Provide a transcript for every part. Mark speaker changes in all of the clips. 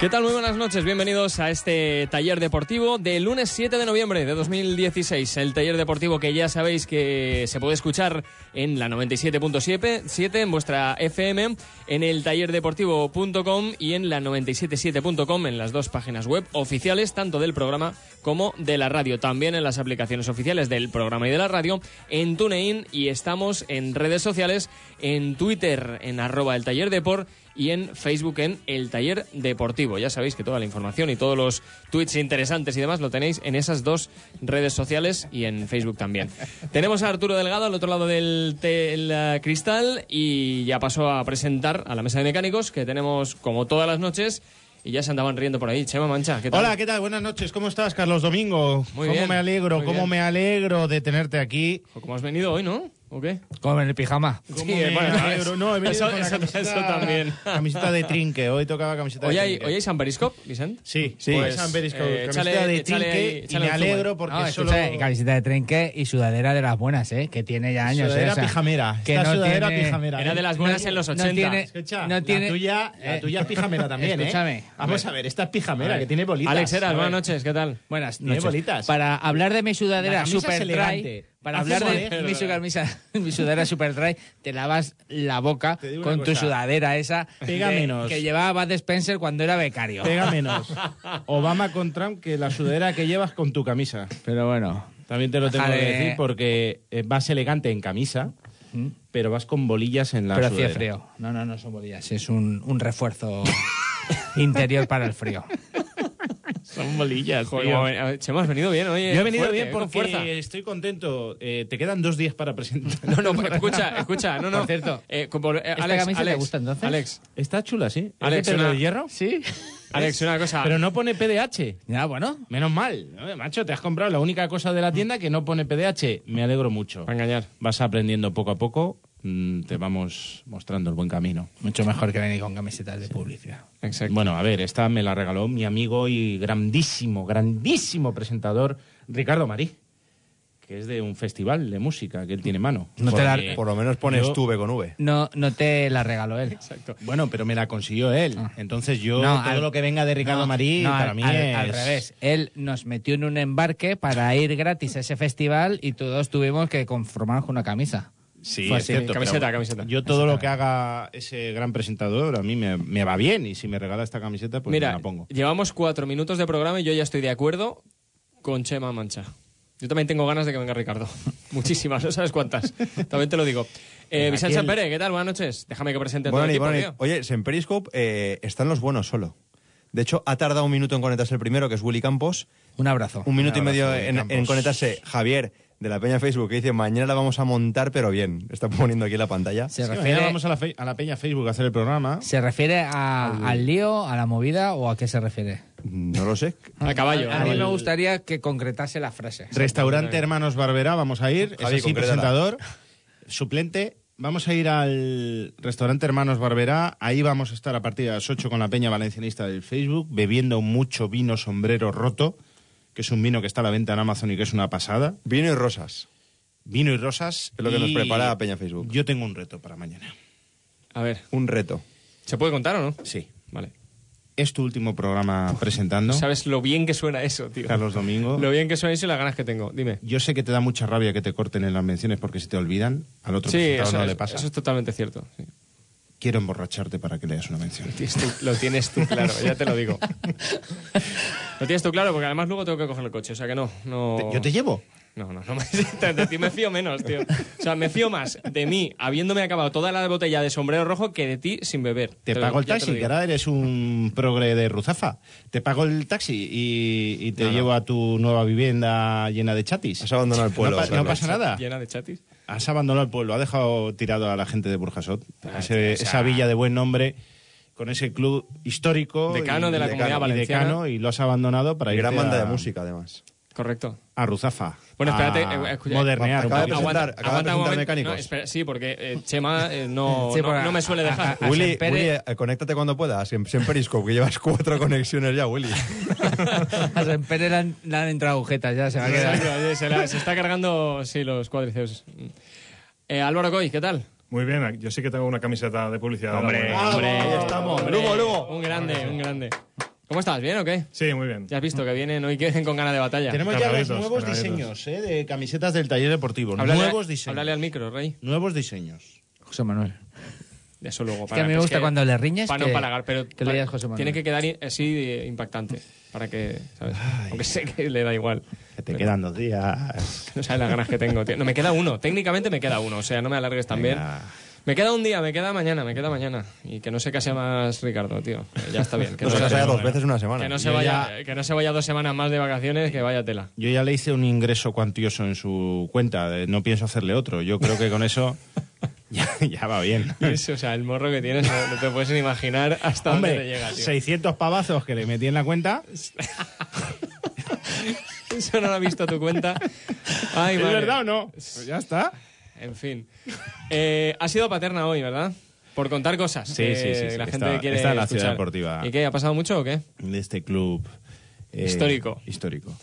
Speaker 1: ¿Qué tal? Muy buenas noches, bienvenidos a este taller deportivo de lunes 7 de noviembre de 2016. El taller deportivo que ya sabéis que se puede escuchar en la 97.7, en vuestra FM, en el tallerdeportivo.com y en la 977.com, en las dos páginas web oficiales, tanto del programa como de la radio. También en las aplicaciones oficiales del programa y de la radio, en TuneIn y estamos en redes sociales, en Twitter, en arroba el taller deport y en Facebook en El Taller Deportivo. Ya sabéis que toda la información y todos los tweets interesantes y demás lo tenéis en esas dos redes sociales y en Facebook también. Tenemos a Arturo Delgado al otro lado del tel, uh, cristal y ya pasó a presentar a la mesa de mecánicos que tenemos como todas las noches. Y ya se andaban riendo por ahí. Chema Mancha, ¿qué tal?
Speaker 2: Hola, ¿qué tal? Buenas noches. ¿Cómo estás, Carlos Domingo?
Speaker 1: Muy
Speaker 2: ¿Cómo
Speaker 1: bien,
Speaker 2: me alegro,
Speaker 1: muy
Speaker 2: cómo
Speaker 1: bien.
Speaker 2: me alegro de tenerte aquí.
Speaker 1: ¿Cómo has venido hoy, no? ¿O qué?
Speaker 3: Como en el pijama.
Speaker 2: ¿Cómo
Speaker 1: Sí,
Speaker 2: me
Speaker 1: bueno,
Speaker 2: alegro?
Speaker 1: es-
Speaker 2: No, he venido
Speaker 1: eso-
Speaker 2: con la
Speaker 1: eso-
Speaker 2: camiseta-
Speaker 1: eso también.
Speaker 2: Camiseta de trinque. Hoy tocaba camiseta
Speaker 1: ¿Hoy
Speaker 2: de
Speaker 1: hay,
Speaker 2: trinque.
Speaker 1: hoy hay San Periscope, Vicent?
Speaker 2: Sí,
Speaker 3: Sí.
Speaker 2: hoy
Speaker 3: Pues,
Speaker 2: San Perisco,
Speaker 1: eh,
Speaker 2: camiseta
Speaker 1: échale-
Speaker 2: de
Speaker 1: échale ahí-
Speaker 2: trinque y
Speaker 1: échale
Speaker 2: me
Speaker 1: un zoom ahí.
Speaker 2: alegro porque
Speaker 3: No,
Speaker 2: solo...
Speaker 3: escucha, eh, camiseta de trenque y sudadera de las buenas, ¿eh? Que tiene ya años.
Speaker 2: Sudadera
Speaker 3: ¿eh? O sea,
Speaker 2: pijamera.
Speaker 3: que
Speaker 2: Esta
Speaker 3: no
Speaker 2: sudadera
Speaker 3: tiene-
Speaker 2: pijamera.
Speaker 1: Era
Speaker 2: ¿eh?
Speaker 1: de las buenas en los
Speaker 3: no
Speaker 1: 80.
Speaker 3: tiene-
Speaker 2: Escucha,
Speaker 3: no tiene-
Speaker 2: la tuya, la
Speaker 3: eh.
Speaker 2: tuya es pijamera también, ¿eh?
Speaker 3: Escúchame.
Speaker 2: Vamos a ver, esta es pijamera,
Speaker 1: ver.
Speaker 2: que tiene bolitas.
Speaker 1: Alex
Speaker 2: A
Speaker 1: Eras,
Speaker 2: ver.
Speaker 1: buenas noches, ¿qué tal?
Speaker 3: Buenas
Speaker 2: Tiene
Speaker 3: noches.
Speaker 2: eh, bolitas.
Speaker 3: Para hablar de mi
Speaker 2: La
Speaker 3: sudadera
Speaker 2: camisa es
Speaker 3: super dry,
Speaker 2: elegante.
Speaker 3: para
Speaker 2: Hace
Speaker 3: hablar de
Speaker 2: poder.
Speaker 3: mi, su- camisa- mi sudadera super dry, te lavas la boca
Speaker 2: Te digo una
Speaker 3: con tu
Speaker 2: cosa.
Speaker 3: sudadera esa
Speaker 2: Pega
Speaker 3: de-
Speaker 2: menos.
Speaker 3: que llevaba Bud Spencer cuando era becario.
Speaker 2: Pega menos Obama con Trump que la sudadera que llevas con tu camisa.
Speaker 3: Pero bueno,
Speaker 2: También te lo tengo
Speaker 3: Deja
Speaker 2: que
Speaker 3: de-
Speaker 2: decir porque eh, vas elegante en camisa, pero vas con bolillas en la
Speaker 3: pero
Speaker 2: sudadera.
Speaker 3: hacía frío. No, no, no son bolillas, es un, un refuerzo interior para el frío.
Speaker 2: Son bolillas,
Speaker 1: Joder, guau, ven- a ver, Chema, has venido bien, oye.
Speaker 2: Yo he venido
Speaker 1: fuerte,
Speaker 2: bien
Speaker 1: eh, con
Speaker 2: porque
Speaker 1: fuerza.
Speaker 2: estoy contento. Eh, te quedan dos días para presentar.
Speaker 1: No, no, escucha, escucha, no, no.
Speaker 3: Por cierto,
Speaker 1: Eh, con- por- eh,
Speaker 3: ¿esta
Speaker 1: Alex,
Speaker 3: camisa te
Speaker 1: Alex,
Speaker 3: gusta, entonces?
Speaker 1: Alex,
Speaker 2: Está chula, ¿sí? ¿Es
Speaker 1: Alex,
Speaker 2: de pelo
Speaker 1: una-
Speaker 2: de hierro?
Speaker 3: ¿Sí?
Speaker 1: Alex, una cosa.
Speaker 2: Pero no pone PDH.
Speaker 3: Ya, bueno,
Speaker 2: Menos mal. ¿no? Macho, te has comprado la única cosa de la tienda que no pone PDH. Me alegro mucho.
Speaker 1: Para engañar.
Speaker 2: Vas aprendiendo poco a poco. mm, Te vamos mostrando el buen camino.
Speaker 3: Mucho mejor que venir con camisetas de publicidad.
Speaker 1: Exacto.
Speaker 2: Bueno, a ver, esta me la regaló mi amigo y grandísimo, grandísimo presentador, Ricardo Marí, que es de un festival de música que él tiene en mano.
Speaker 3: No te la-
Speaker 2: Porque
Speaker 4: Por lo menos pones
Speaker 2: yo-
Speaker 4: tuve con V.
Speaker 3: No, no te la regaló él. Ah.
Speaker 1: Exacto.
Speaker 2: Bueno, pero me la consiguió él. Entonces yo,
Speaker 3: No,
Speaker 2: todo
Speaker 3: al-
Speaker 2: lo que venga de Ricardo
Speaker 3: No,
Speaker 2: Marí,
Speaker 3: no,
Speaker 2: para
Speaker 3: al,
Speaker 2: mí
Speaker 3: al-
Speaker 2: es...
Speaker 3: al revés. Él nos metió en un embarque para ir gratis a ese festival y todos tuvimos que conformarnos con una camisa.
Speaker 2: Sí,
Speaker 3: Fue
Speaker 2: es
Speaker 3: así.
Speaker 2: cierto,
Speaker 1: Camiseta,
Speaker 2: pero
Speaker 1: camiseta.
Speaker 2: Yo todo lo que haga ese gran presentador a mí me, me va bien y si me regala esta camiseta, pues
Speaker 1: Mira,
Speaker 2: me la pongo.
Speaker 1: llevamos cuatro minutos de programa y yo ya estoy de acuerdo con Chema Mancha. Yo también tengo ganas de que venga Ricardo. Muchísimas, no sabes cuántas. También te lo digo. Eh, Vicente Pérez, ¿qué tal? Buenas noches. Déjame que presente a todo el
Speaker 4: Bonani,
Speaker 1: equipo,
Speaker 4: Bonani.
Speaker 1: tío.
Speaker 4: Oye, en Periscope eh, están los buenos solo. De hecho, ha tardado un minuto en conectarse el primero, que es Willy Campos.
Speaker 3: Un abrazo.
Speaker 4: Un minuto y
Speaker 2: abrazo,
Speaker 4: medio
Speaker 2: Willy
Speaker 4: en,
Speaker 2: Campos.
Speaker 4: en conectarse Javier de la Peña Facebook, que dice, mañana la vamos a montar, pero bien. Está poniendo aquí en la pantalla.
Speaker 3: Se
Speaker 2: Es que
Speaker 3: refiere,
Speaker 2: mañana vamos a la, fe- a la peña Facebook a hacer el programa.
Speaker 3: ¿se refiere a- al lío, a la movida o a qué se refiere?
Speaker 4: No lo sé.
Speaker 1: A caballo.
Speaker 3: A mí
Speaker 1: caballo.
Speaker 3: me gustaría que concretase la frase.
Speaker 2: Restaurante Hermanos Barberá, vamos a ir.
Speaker 4: Javi,
Speaker 2: es así,
Speaker 4: concrétala.
Speaker 2: presentador, suplente Vamos a ir al restaurante Hermanos Barberá. Ahí vamos a estar a partir de las 8 con la Peña Valencianista del Facebook, bebiendo mucho vino sombrero roto, que es un vino que está a la venta en Amazon y que es una pasada.
Speaker 4: Vino y rosas.
Speaker 2: Vino y rosas.
Speaker 4: Es lo que nos
Speaker 2: y
Speaker 4: prepara Peña Facebook.
Speaker 2: Yo tengo un reto para mañana.
Speaker 1: A ver,
Speaker 4: Un reto.
Speaker 1: ¿se puede contar o no?
Speaker 2: Sí.
Speaker 1: Vale.
Speaker 2: Es tu último programa presentando,
Speaker 1: ¿Sabes lo bien que suena eso, tío?
Speaker 2: Carlos Domingo.
Speaker 1: Lo bien que suena eso y las ganas que tengo. Dime.
Speaker 2: Yo sé que te da mucha rabia que te corten en las menciones porque se te olvidan. Al otro
Speaker 1: Sí,
Speaker 2: presentador
Speaker 1: eso,
Speaker 2: no
Speaker 1: es-
Speaker 2: le pasa.
Speaker 1: eso es totalmente cierto. sí.
Speaker 2: Quiero emborracharte para que leas una mención.
Speaker 1: Tienes tú- lo tienes tú claro, ya te lo digo. Lo tienes tú claro porque además luego tengo que coger el coche, o sea que no. no...
Speaker 2: Te- Yo te llevo.
Speaker 1: No, no, no. me- De ti me fío menos, tío. O sea, me fío más de mí habiéndome acabado toda la botella de sombrero rojo que de ti sin beber.
Speaker 2: Te
Speaker 1: lo-
Speaker 2: pago el
Speaker 1: ya te lo
Speaker 2: taxi, que
Speaker 1: digo.
Speaker 2: ahora eres un progre de Ruzafa. Te pago el taxi y, y te
Speaker 1: No, no.
Speaker 2: llevo a tu nueva vivienda llena de chatis.
Speaker 4: Has abandonado el pueblo,
Speaker 2: No, pa- no
Speaker 4: Carlos.
Speaker 2: pasa nada.
Speaker 1: Llena de chatis.
Speaker 2: Has abandonado el pueblo, has dejado tirado a la gente de Burjasot.
Speaker 1: Ah,
Speaker 2: Ese-
Speaker 1: tío, o sea-
Speaker 2: esa villa de buen nombre, con ese club histórico.
Speaker 1: Decano de la
Speaker 2: decano-
Speaker 1: Comunidad
Speaker 2: y
Speaker 1: Valenciana.
Speaker 2: decano, y lo has abandonado para
Speaker 4: Y
Speaker 2: ir
Speaker 4: gran banda
Speaker 2: a,
Speaker 3: Ah.
Speaker 4: de música, además.
Speaker 1: Correcto.
Speaker 2: a Ruzafa.
Speaker 1: Bueno, espérate,
Speaker 2: a
Speaker 1: eh, escucha.
Speaker 2: Ah, modernear. un
Speaker 4: Acaba de
Speaker 2: poquito.
Speaker 4: presentar, acaba de presentar
Speaker 1: momento.
Speaker 4: Mecánicos.
Speaker 1: No, espera, sí, porque eh, Chema eh, no,
Speaker 3: Sí,
Speaker 1: no-
Speaker 3: porque
Speaker 1: no me suele
Speaker 3: a-
Speaker 1: dejar.
Speaker 3: a- a-
Speaker 4: Willy,
Speaker 3: Sempere-
Speaker 4: Willy, eh, conéctate cuando puedas, en, en Periscope, que llevas cuatro conexiones ya, Willy.
Speaker 3: A San Pérez le han, le han entrado agujetas ya, se va a quedar.
Speaker 1: Exacto, oye, se, la- se está cargando, sí, los cuádriceps. Eh, Álvaro Coy, ¿qué tal?
Speaker 5: Muy bien, yo sí que tengo una camiseta de publicidad.
Speaker 2: Hombre.
Speaker 5: Ahora, bueno.
Speaker 1: Hombre,
Speaker 4: estamos.
Speaker 1: hombre,
Speaker 4: Lugo, Lugo.
Speaker 1: Un grande, un grande. ¿Cómo estás? ¿Bien o qué?
Speaker 5: Sí, muy bien.
Speaker 1: Ya has visto que vienen hoy que vienen con ganas de batalla.
Speaker 2: Tenemos ya los
Speaker 5: Cargaditos,
Speaker 2: nuevos
Speaker 5: cargaditos.
Speaker 2: diseños eh, de camisetas del taller deportivo.
Speaker 1: Háblale-
Speaker 2: nuevos diseños.
Speaker 1: Háblale al micro, Rey.
Speaker 2: Nuevos diseños.
Speaker 3: José Manuel.
Speaker 1: De eso luego.
Speaker 3: que a mí me gusta cuando le riñes
Speaker 1: Para no
Speaker 3: que-
Speaker 1: empalagar, pero
Speaker 3: que le digas José Manuel.
Speaker 1: tiene que quedar i- así eh, impactante. Para que, ¿sabes? Aunque sé que le da igual.
Speaker 2: Que te quedan dos días.
Speaker 1: No sabes las ganas que tengo, tío. No, me queda uno. Técnicamente me queda uno. O sea, no me alargues también.
Speaker 2: Venga.
Speaker 1: Me queda un día, me queda mañana, me queda mañana. Y que no se case más Ricardo, tío. Eh, Ya está bien. Que
Speaker 4: No
Speaker 1: no,
Speaker 4: se
Speaker 1: se,
Speaker 4: las haya dos veces en una semana.
Speaker 1: que no se
Speaker 2: Yo
Speaker 1: vaya, eh,
Speaker 2: ya-
Speaker 1: que no se vaya dos semanas más de vacaciones, que vaya tela.
Speaker 2: Yo ya le hice un ingreso cuantioso en su cuenta. de- No pienso hacerle otro. Yo creo que con eso ya, ya va bien.
Speaker 1: Y eso, o sea, el morro que tienes, no, no te puedes ni imaginar hasta dónde te
Speaker 2: Hombre,
Speaker 1: llega, tío.
Speaker 2: 600 pavazos que le metí en la cuenta.
Speaker 1: Eso no lo ha visto tu cuenta. Ay,
Speaker 2: ¿Es
Speaker 1: madre.
Speaker 2: verdad o no? Pues ya está.
Speaker 1: En fin. Eh, ha sido paterna hoy, ¿verdad? Por contar cosas.
Speaker 2: Sí,
Speaker 1: que
Speaker 2: sí, sí, sí,
Speaker 1: La
Speaker 2: que
Speaker 1: gente
Speaker 2: está-
Speaker 1: quiere
Speaker 2: está en Eh, la
Speaker 1: escuchar.
Speaker 2: ciudad deportiva.
Speaker 1: ¿Y qué? ¿Ha pasado mucho o qué?
Speaker 2: De este club. eh,
Speaker 1: Histórico.
Speaker 2: Histórico.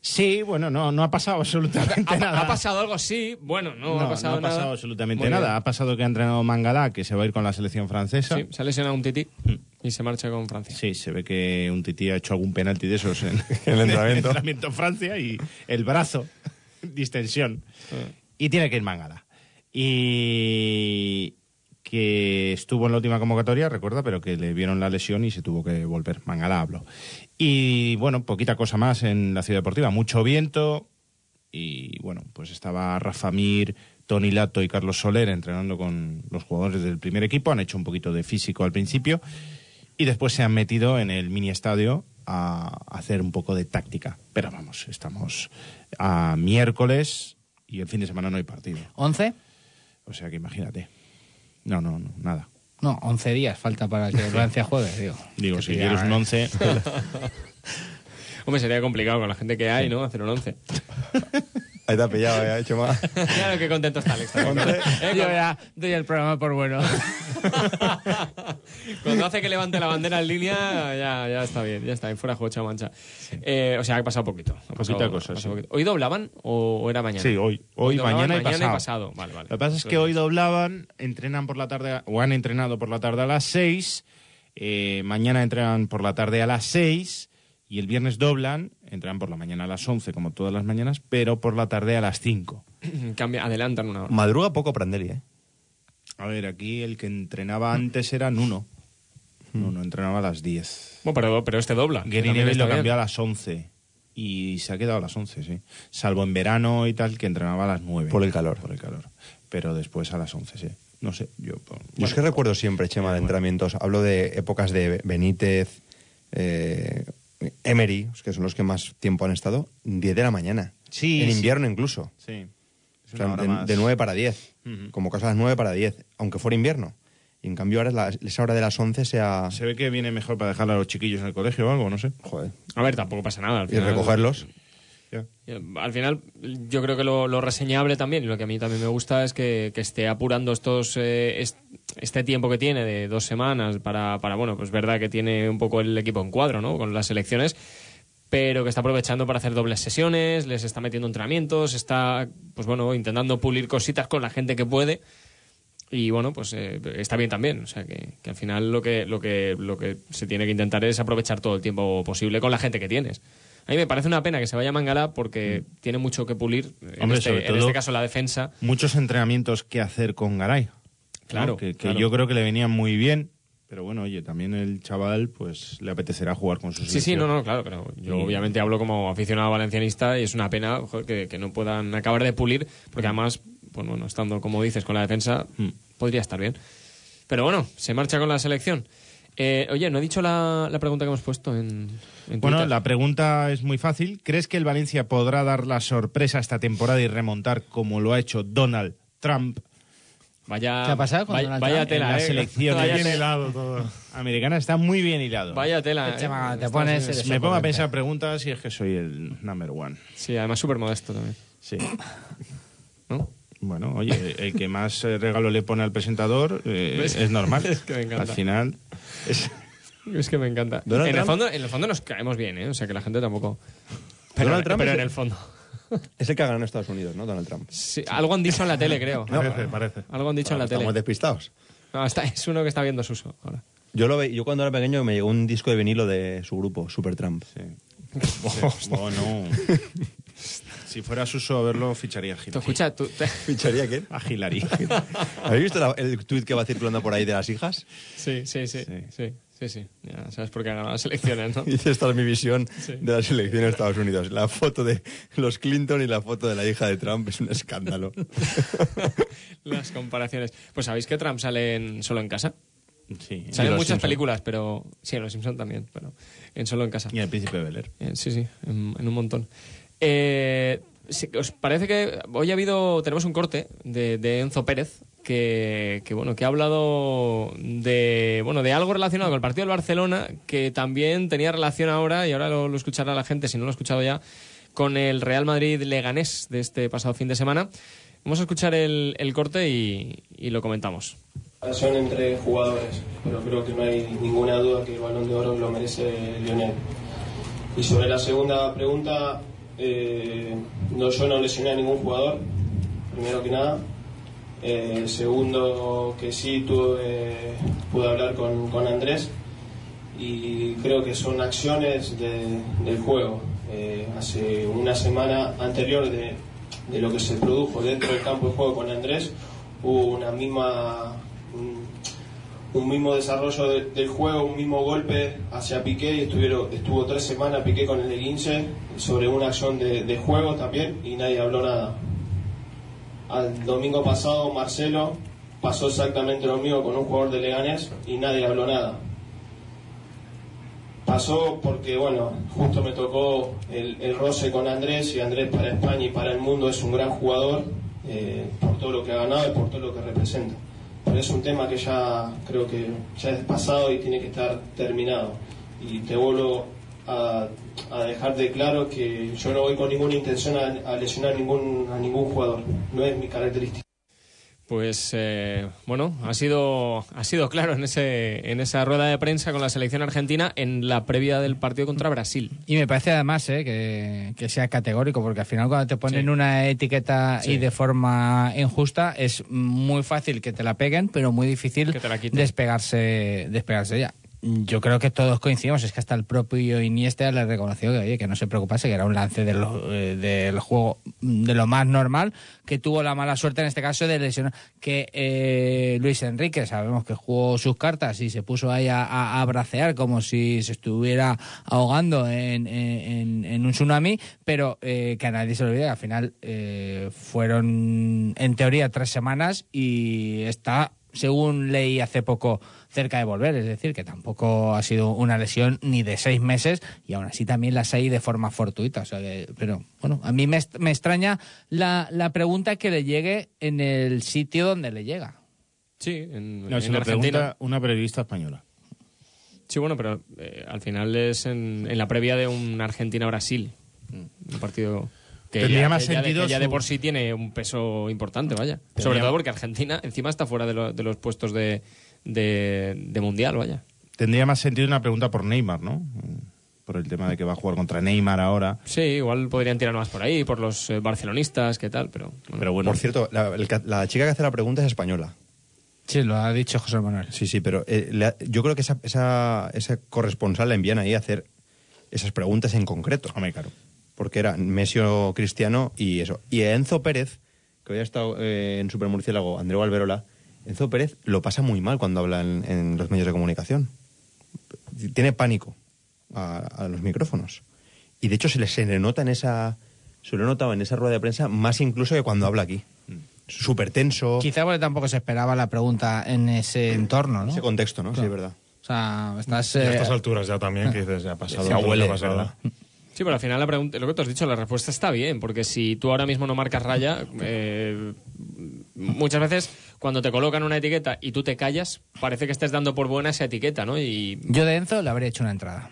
Speaker 2: Sí, bueno, no, no ha pasado absolutamente
Speaker 1: ¿Ha,
Speaker 2: nada.
Speaker 1: ha pasado algo? Sí. Bueno, no,
Speaker 2: No,
Speaker 1: ha pasado
Speaker 2: no ha pasado
Speaker 1: nada.
Speaker 2: absolutamente
Speaker 1: Muy bien.
Speaker 2: nada. Ha pasado que ha entrenado Mangalá, que se va a ir con la selección francesa.
Speaker 1: Sí, se ha lesionado un tití
Speaker 2: Mm.
Speaker 1: y se marcha con Francia.
Speaker 2: Sí, se ve que un tití ha hecho algún penalti de esos en
Speaker 4: En el entrenamiento.
Speaker 2: en Francia y el brazo, distensión. Y tiene que ir Mangala. Y que estuvo en la última convocatoria, recuerda, pero que le vieron la lesión y se tuvo que volver. Mangala habló. Y bueno, poquita cosa más en la ciudad deportiva. Mucho viento y bueno, pues estaba Rafa Mir, Tony Lato y Carlos Soler entrenando con los jugadores del primer equipo. Han hecho un poquito de físico al principio y después se han metido en el mini estadio a hacer un poco de táctica. Pero vamos, estamos a miércoles y el fin de semana no hay partido.
Speaker 3: ¿11?
Speaker 2: O sea que imagínate. No, no, no, nada.
Speaker 3: No, 11 días falta para que Francia juegue, digo.
Speaker 2: Digo,
Speaker 3: Que
Speaker 2: si
Speaker 3: pilla,
Speaker 2: quieres un
Speaker 3: eh.
Speaker 2: 11,
Speaker 1: Hombre, sería complicado con la gente que hay, ¿no? Hacer un 11.
Speaker 4: Ahí te ha pillado, ya, hecho más.
Speaker 1: Claro que contento está Alex. también. Eh,
Speaker 3: Yo ya doy el programa por bueno.
Speaker 1: Cuando hace que levante la bandera en línea, ya, ya está bien, ya está bien, fuera juego, chao mancha. Eh, o sea, ha pasado poquito. ha pasado-
Speaker 2: Poquita cosa,
Speaker 1: ha pasado
Speaker 2: sí.
Speaker 1: poquito. ¿Hoy doblaban o, o era mañana?
Speaker 2: Sí, hoy. Hoy,
Speaker 1: doblaban,
Speaker 2: mañana, y, pasado.
Speaker 1: Vale, vale.
Speaker 2: Lo que pasa es que hoy doblaban, entrenan por la tarde, a- o han entrenado por la tarde a las 6, eh, mañana entrenan por la tarde a las 6 y el viernes doblan, entran por la mañana a las 11 como todas las mañanas, pero por la tarde a las 5.
Speaker 1: Cambia, adelantan una hora.
Speaker 4: Madruga poco Prandelli, ¿eh?
Speaker 2: A ver, aquí el que entrenaba antes era Nuno. Nuno entrenaba a las 10.
Speaker 1: Bueno, pero, pero este dobla. que
Speaker 2: Gary
Speaker 1: también
Speaker 2: Neville
Speaker 1: está
Speaker 2: lo cambió a
Speaker 1: bien.
Speaker 2: las 11 y se ha quedado a las 11, sí. Salvo en verano y tal, que entrenaba a las 9.
Speaker 4: Por el calor.
Speaker 2: Por el calor. Pero después a las 11, sí. No sé, yo...
Speaker 4: Yo es que recuerdo siempre, Chema, de entrenamientos. Hablo de épocas de Benítez, eh, Emery, que son los que más tiempo han estado. 10 de la mañana.
Speaker 2: Sí,
Speaker 4: En
Speaker 2: sí.
Speaker 4: invierno incluso.
Speaker 2: Sí. Es
Speaker 4: O sea,
Speaker 2: una hora
Speaker 4: de,
Speaker 2: más.
Speaker 4: de 9 para 10.
Speaker 2: Ujú.
Speaker 4: Como casa a las 9 para 10, aunque fuera invierno. Y en cambio ahora es la- esa hora de las 11 sea...
Speaker 2: Se ve que viene mejor para dejar a los chiquillos en el colegio o algo, no sé.
Speaker 4: Joder.
Speaker 1: A ver, tampoco pasa nada. Al
Speaker 4: Y
Speaker 1: final.
Speaker 4: recogerlos. Ya.
Speaker 1: Eh, Al final, yo creo que lo, lo reseñable también, y lo que a mí también me gusta es que, que esté apurando estos eh, est- este tiempo que tiene de dos semanas para, para, bueno, pues verdad que tiene un poco el equipo en cuadro, ¿no? Con las elecciones, pero que está aprovechando para hacer dobles sesiones, les está metiendo entrenamientos, está, pues bueno, intentando pulir cositas con la gente que puede. Y bueno, pues eh, está bien también. O sea, que, que al final lo que, lo, que, lo que se tiene que intentar es aprovechar todo el tiempo posible con la gente que tienes. A mí me parece una pena que se vaya Mangala porque tiene mucho que pulir. En,
Speaker 2: Mm. Hombre,
Speaker 1: este,
Speaker 2: sobre
Speaker 1: en
Speaker 2: todo-
Speaker 1: este caso, la defensa.
Speaker 2: Muchos entrenamientos que hacer con Garay. ¿no?
Speaker 1: Claro,
Speaker 2: Que, que
Speaker 1: claro.
Speaker 2: yo creo que le venían muy bien. Pero bueno, oye, también el chaval pues le apetecerá jugar con sus
Speaker 1: Sí, sí, no, no, claro, claro. Yo
Speaker 2: Y-
Speaker 1: obviamente hablo como aficionado valencianista y es una pena joder, que, que no puedan acabar de pulir
Speaker 2: Mm.
Speaker 1: porque además, pues bueno, estando como dices con la defensa, podría estar bien. Pero bueno, se marcha con la selección. Eh, oye, no he dicho la, la pregunta que hemos puesto en, en
Speaker 2: Bueno,
Speaker 1: Twitter.
Speaker 2: la pregunta es muy fácil. ¿Crees que el Valencia podrá dar la sorpresa esta temporada y remontar como lo ha hecho Donald Trump
Speaker 1: Vaya,
Speaker 3: ¿Qué ha pasado con
Speaker 1: vaya,
Speaker 3: Donald
Speaker 1: vaya
Speaker 3: Trump?
Speaker 1: tela,
Speaker 2: En las
Speaker 1: eh.
Speaker 2: elecciones.
Speaker 1: Vaya,
Speaker 2: Bien
Speaker 1: te-
Speaker 5: helado todo.
Speaker 2: americana? Está muy bien hilado.
Speaker 1: vaya tela.
Speaker 3: Te
Speaker 1: eh.
Speaker 3: te pones... eres
Speaker 2: Me pongo a
Speaker 3: ocurrente.
Speaker 2: pensar preguntas y es que soy el number one.
Speaker 1: Sí, además súper modesto también.
Speaker 2: Sí.
Speaker 1: ¿no?
Speaker 2: Bueno, oye, el que más eh, regalo le pone al presentador eh,
Speaker 1: ¿Ves?
Speaker 2: es normal.
Speaker 1: Es que me encanta.
Speaker 2: Al final. es-
Speaker 1: Es que me encanta.
Speaker 4: Donald
Speaker 1: en, el
Speaker 4: Trump-
Speaker 1: fondo, en el fondo nos caemos bien, ¿eh? O sea que la gente tampoco. Pero,
Speaker 4: Donald Trump
Speaker 1: pero
Speaker 4: es
Speaker 1: en
Speaker 4: el-
Speaker 1: el fondo.
Speaker 4: Es el que ha ganado en Estados Unidos, ¿no? Donald Trump.
Speaker 1: Sí, algo han dicho en la tele, creo.
Speaker 5: Parece, parece.
Speaker 1: Algo han dicho en la tele.
Speaker 4: Estamos despistados.
Speaker 1: No, está- es uno que está viendo Suso ahora.
Speaker 4: Yo, lo ve- yo cuando era pequeño me llegó un disco de vinilo de su grupo, Supertramp.
Speaker 2: Bueno. si fuera Suso a verlo, ficharía a
Speaker 1: Tú
Speaker 2: Hillary.
Speaker 1: escucha, tú, te-
Speaker 4: ¿Ficharía quién?
Speaker 2: A Hillary.
Speaker 4: ¿Habéis visto la- el tuit que va circulando por ahí de las hijas?
Speaker 1: Sí, sí, sí. Sí, sí, sí. Ya sabes por qué ha ganado las elecciones, ¿no?
Speaker 4: Dice, esta es mi visión
Speaker 1: Sí.
Speaker 4: de las elecciones de Estados Unidos. La foto de los Clinton y la foto de la hija de Trump es un escándalo.
Speaker 1: Las comparaciones. Pues sabéis que Trump sale en Solo en Casa.
Speaker 2: Sí.
Speaker 1: Sale en
Speaker 4: Los
Speaker 1: muchas
Speaker 4: Simpson.
Speaker 1: películas, pero. Sí, en Los Simpson también, pero. En Solo en Casa.
Speaker 2: Y el príncipe Bel Air.
Speaker 1: Eh, sí, sí, en, en un montón. Eh, sí, ¿Os parece que hoy ha habido, tenemos un corte de, de Enzo Pérez que, que, bueno, que ha hablado de, bueno, de algo relacionado con el partido del Barcelona que también tenía relación ahora, y ahora lo, lo escuchará la gente si no lo ha escuchado ya, con el Real Madrid-Leganés de este pasado fin de semana. Vamos a escuchar el, el corte y- y lo comentamos.
Speaker 6: Relación entre jugadores, pero creo que no hay ninguna duda que el balón de oro lo merece Lionel. Y sobre la segunda pregunta, eh, no, yo no lesioné a ningún jugador, primero que nada. Eh, segundo, que sí tuve, pude hablar con, con Andrés y creo que son acciones de- del juego. Eh, hace una semana anterior de, de lo que se produjo dentro del campo de juego con Andrés, hubo una misma, un, un mismo desarrollo de- del juego, un mismo golpe hacia Piqué y estuvieron, estuvo tres semanas Piqué con el E15 sobre una acción de, de juego también y nadie habló nada. Al domingo pasado Marcelo pasó exactamente lo mismo con un jugador de Leganés y nadie habló nada. Pasó porque, bueno, justo me tocó el, el roce con Andrés y Andrés para España y para el mundo es un gran jugador eh, por todo lo que ha ganado y por todo lo que representa. Pero es un tema que ya creo que ya es pasado y tiene que estar terminado. Y te vuelvo a, a dejar de claro que yo no voy con ninguna intención a, a lesionar ningún, a ningún jugador. No es mi característica.
Speaker 1: Pues eh, bueno, ha sido, ha sido claro en, ese, en esa rueda de prensa con la selección argentina en la previa del partido contra Brasil.
Speaker 3: Y me parece además eh, que, que sea categórico, porque al final cuando te ponen
Speaker 1: Sí.
Speaker 3: una etiqueta
Speaker 1: Sí.
Speaker 3: y de forma injusta, es muy fácil que te la peguen, pero muy difícil
Speaker 1: Que te la quiten.
Speaker 3: despegarse, despegarse ya. Yo creo que todos coincidimos, es que hasta el propio Iniesta le reconoció que, oye, que no se preocupase, que era un lance de lo- eh, del juego mm, de lo más normal, que tuvo la mala suerte en este caso de lesionar. Que eh, Luis Enrique, sabemos que jugó sus cartas y se puso ahí a, a, a bracear como si se estuviera ahogando en, en- en- en un tsunami, pero eh, que a nadie se le olvide que al final eh, fueron, en teoría, tres semanas y está según leí hace poco, cerca de volver. Es decir, que tampoco ha sido una lesión ni de seis meses y aún así también las hay de forma fortuita. O sea que- pero bueno, a mí me, est- me extraña la, la pregunta que le llegue en el sitio donde le llega.
Speaker 1: Sí, en,
Speaker 2: No,
Speaker 1: en
Speaker 2: se lo
Speaker 1: Argentina.
Speaker 2: pregunta una periodista española.
Speaker 1: Sí, bueno, pero eh, al final es en, en la previa de un Argentina-Brasil. Un partido que
Speaker 2: Tendría
Speaker 1: ya,
Speaker 2: más
Speaker 1: que ya de-
Speaker 2: sentido
Speaker 1: que ya de
Speaker 2: su-
Speaker 1: por sí tiene un peso importante, vaya. Sobre
Speaker 2: Tendría-
Speaker 1: todo porque Argentina encima está fuera de, lo- de los puestos de, de, de mundial, vaya.
Speaker 2: Tendría más sentido una pregunta por Neymar, ¿no? Por el tema de que va a jugar contra Neymar ahora.
Speaker 1: Sí, igual podrían tirar más por ahí, por los eh, barcelonistas, qué tal, pero... bueno.
Speaker 2: Pero bueno,
Speaker 4: Por cierto, la, el ca- la chica que hace la pregunta es española.
Speaker 3: Sí, lo ha dicho José Manuel.
Speaker 4: Sí, sí, pero eh, le ha- yo creo que esa, esa, esa corresponsal la envían ahí a hacer esas preguntas en concreto.
Speaker 2: hombre, claro.
Speaker 4: Porque era Messi o Cristiano y eso. Y a Enzo Pérez, que hoy ha estado eh, en Super Murciélago, Andreu Alberola, Enzo Pérez lo pasa muy mal cuando habla en, en los medios de comunicación. Tiene pánico a, a los micrófonos. Y de hecho se le, se le nota en esa... Se lo notaba en esa rueda de prensa más incluso que cuando habla aquí. Súper tenso.
Speaker 3: Quizá porque tampoco se esperaba la pregunta en ese entorno, ¿no?
Speaker 4: Ese contexto, ¿no? Sí, es verdad.
Speaker 3: O
Speaker 2: Ah,
Speaker 3: sea, estás...
Speaker 5: Y a
Speaker 3: eh,
Speaker 5: estas alturas ya también, que dices, ya ha pasado.
Speaker 4: Ya
Speaker 5: todo lo que
Speaker 4: huele,
Speaker 5: ha pasado.
Speaker 4: ¿verdad?
Speaker 1: Sí, pero al final la pregunta, lo que tú has dicho, la respuesta está bien, porque si tú ahora mismo no marcas raya, eh, muchas veces cuando te colocan una etiqueta y tú te callas, parece que estés dando por buena esa etiqueta, ¿no? Y
Speaker 3: yo de Enzo le habría hecho una entrada.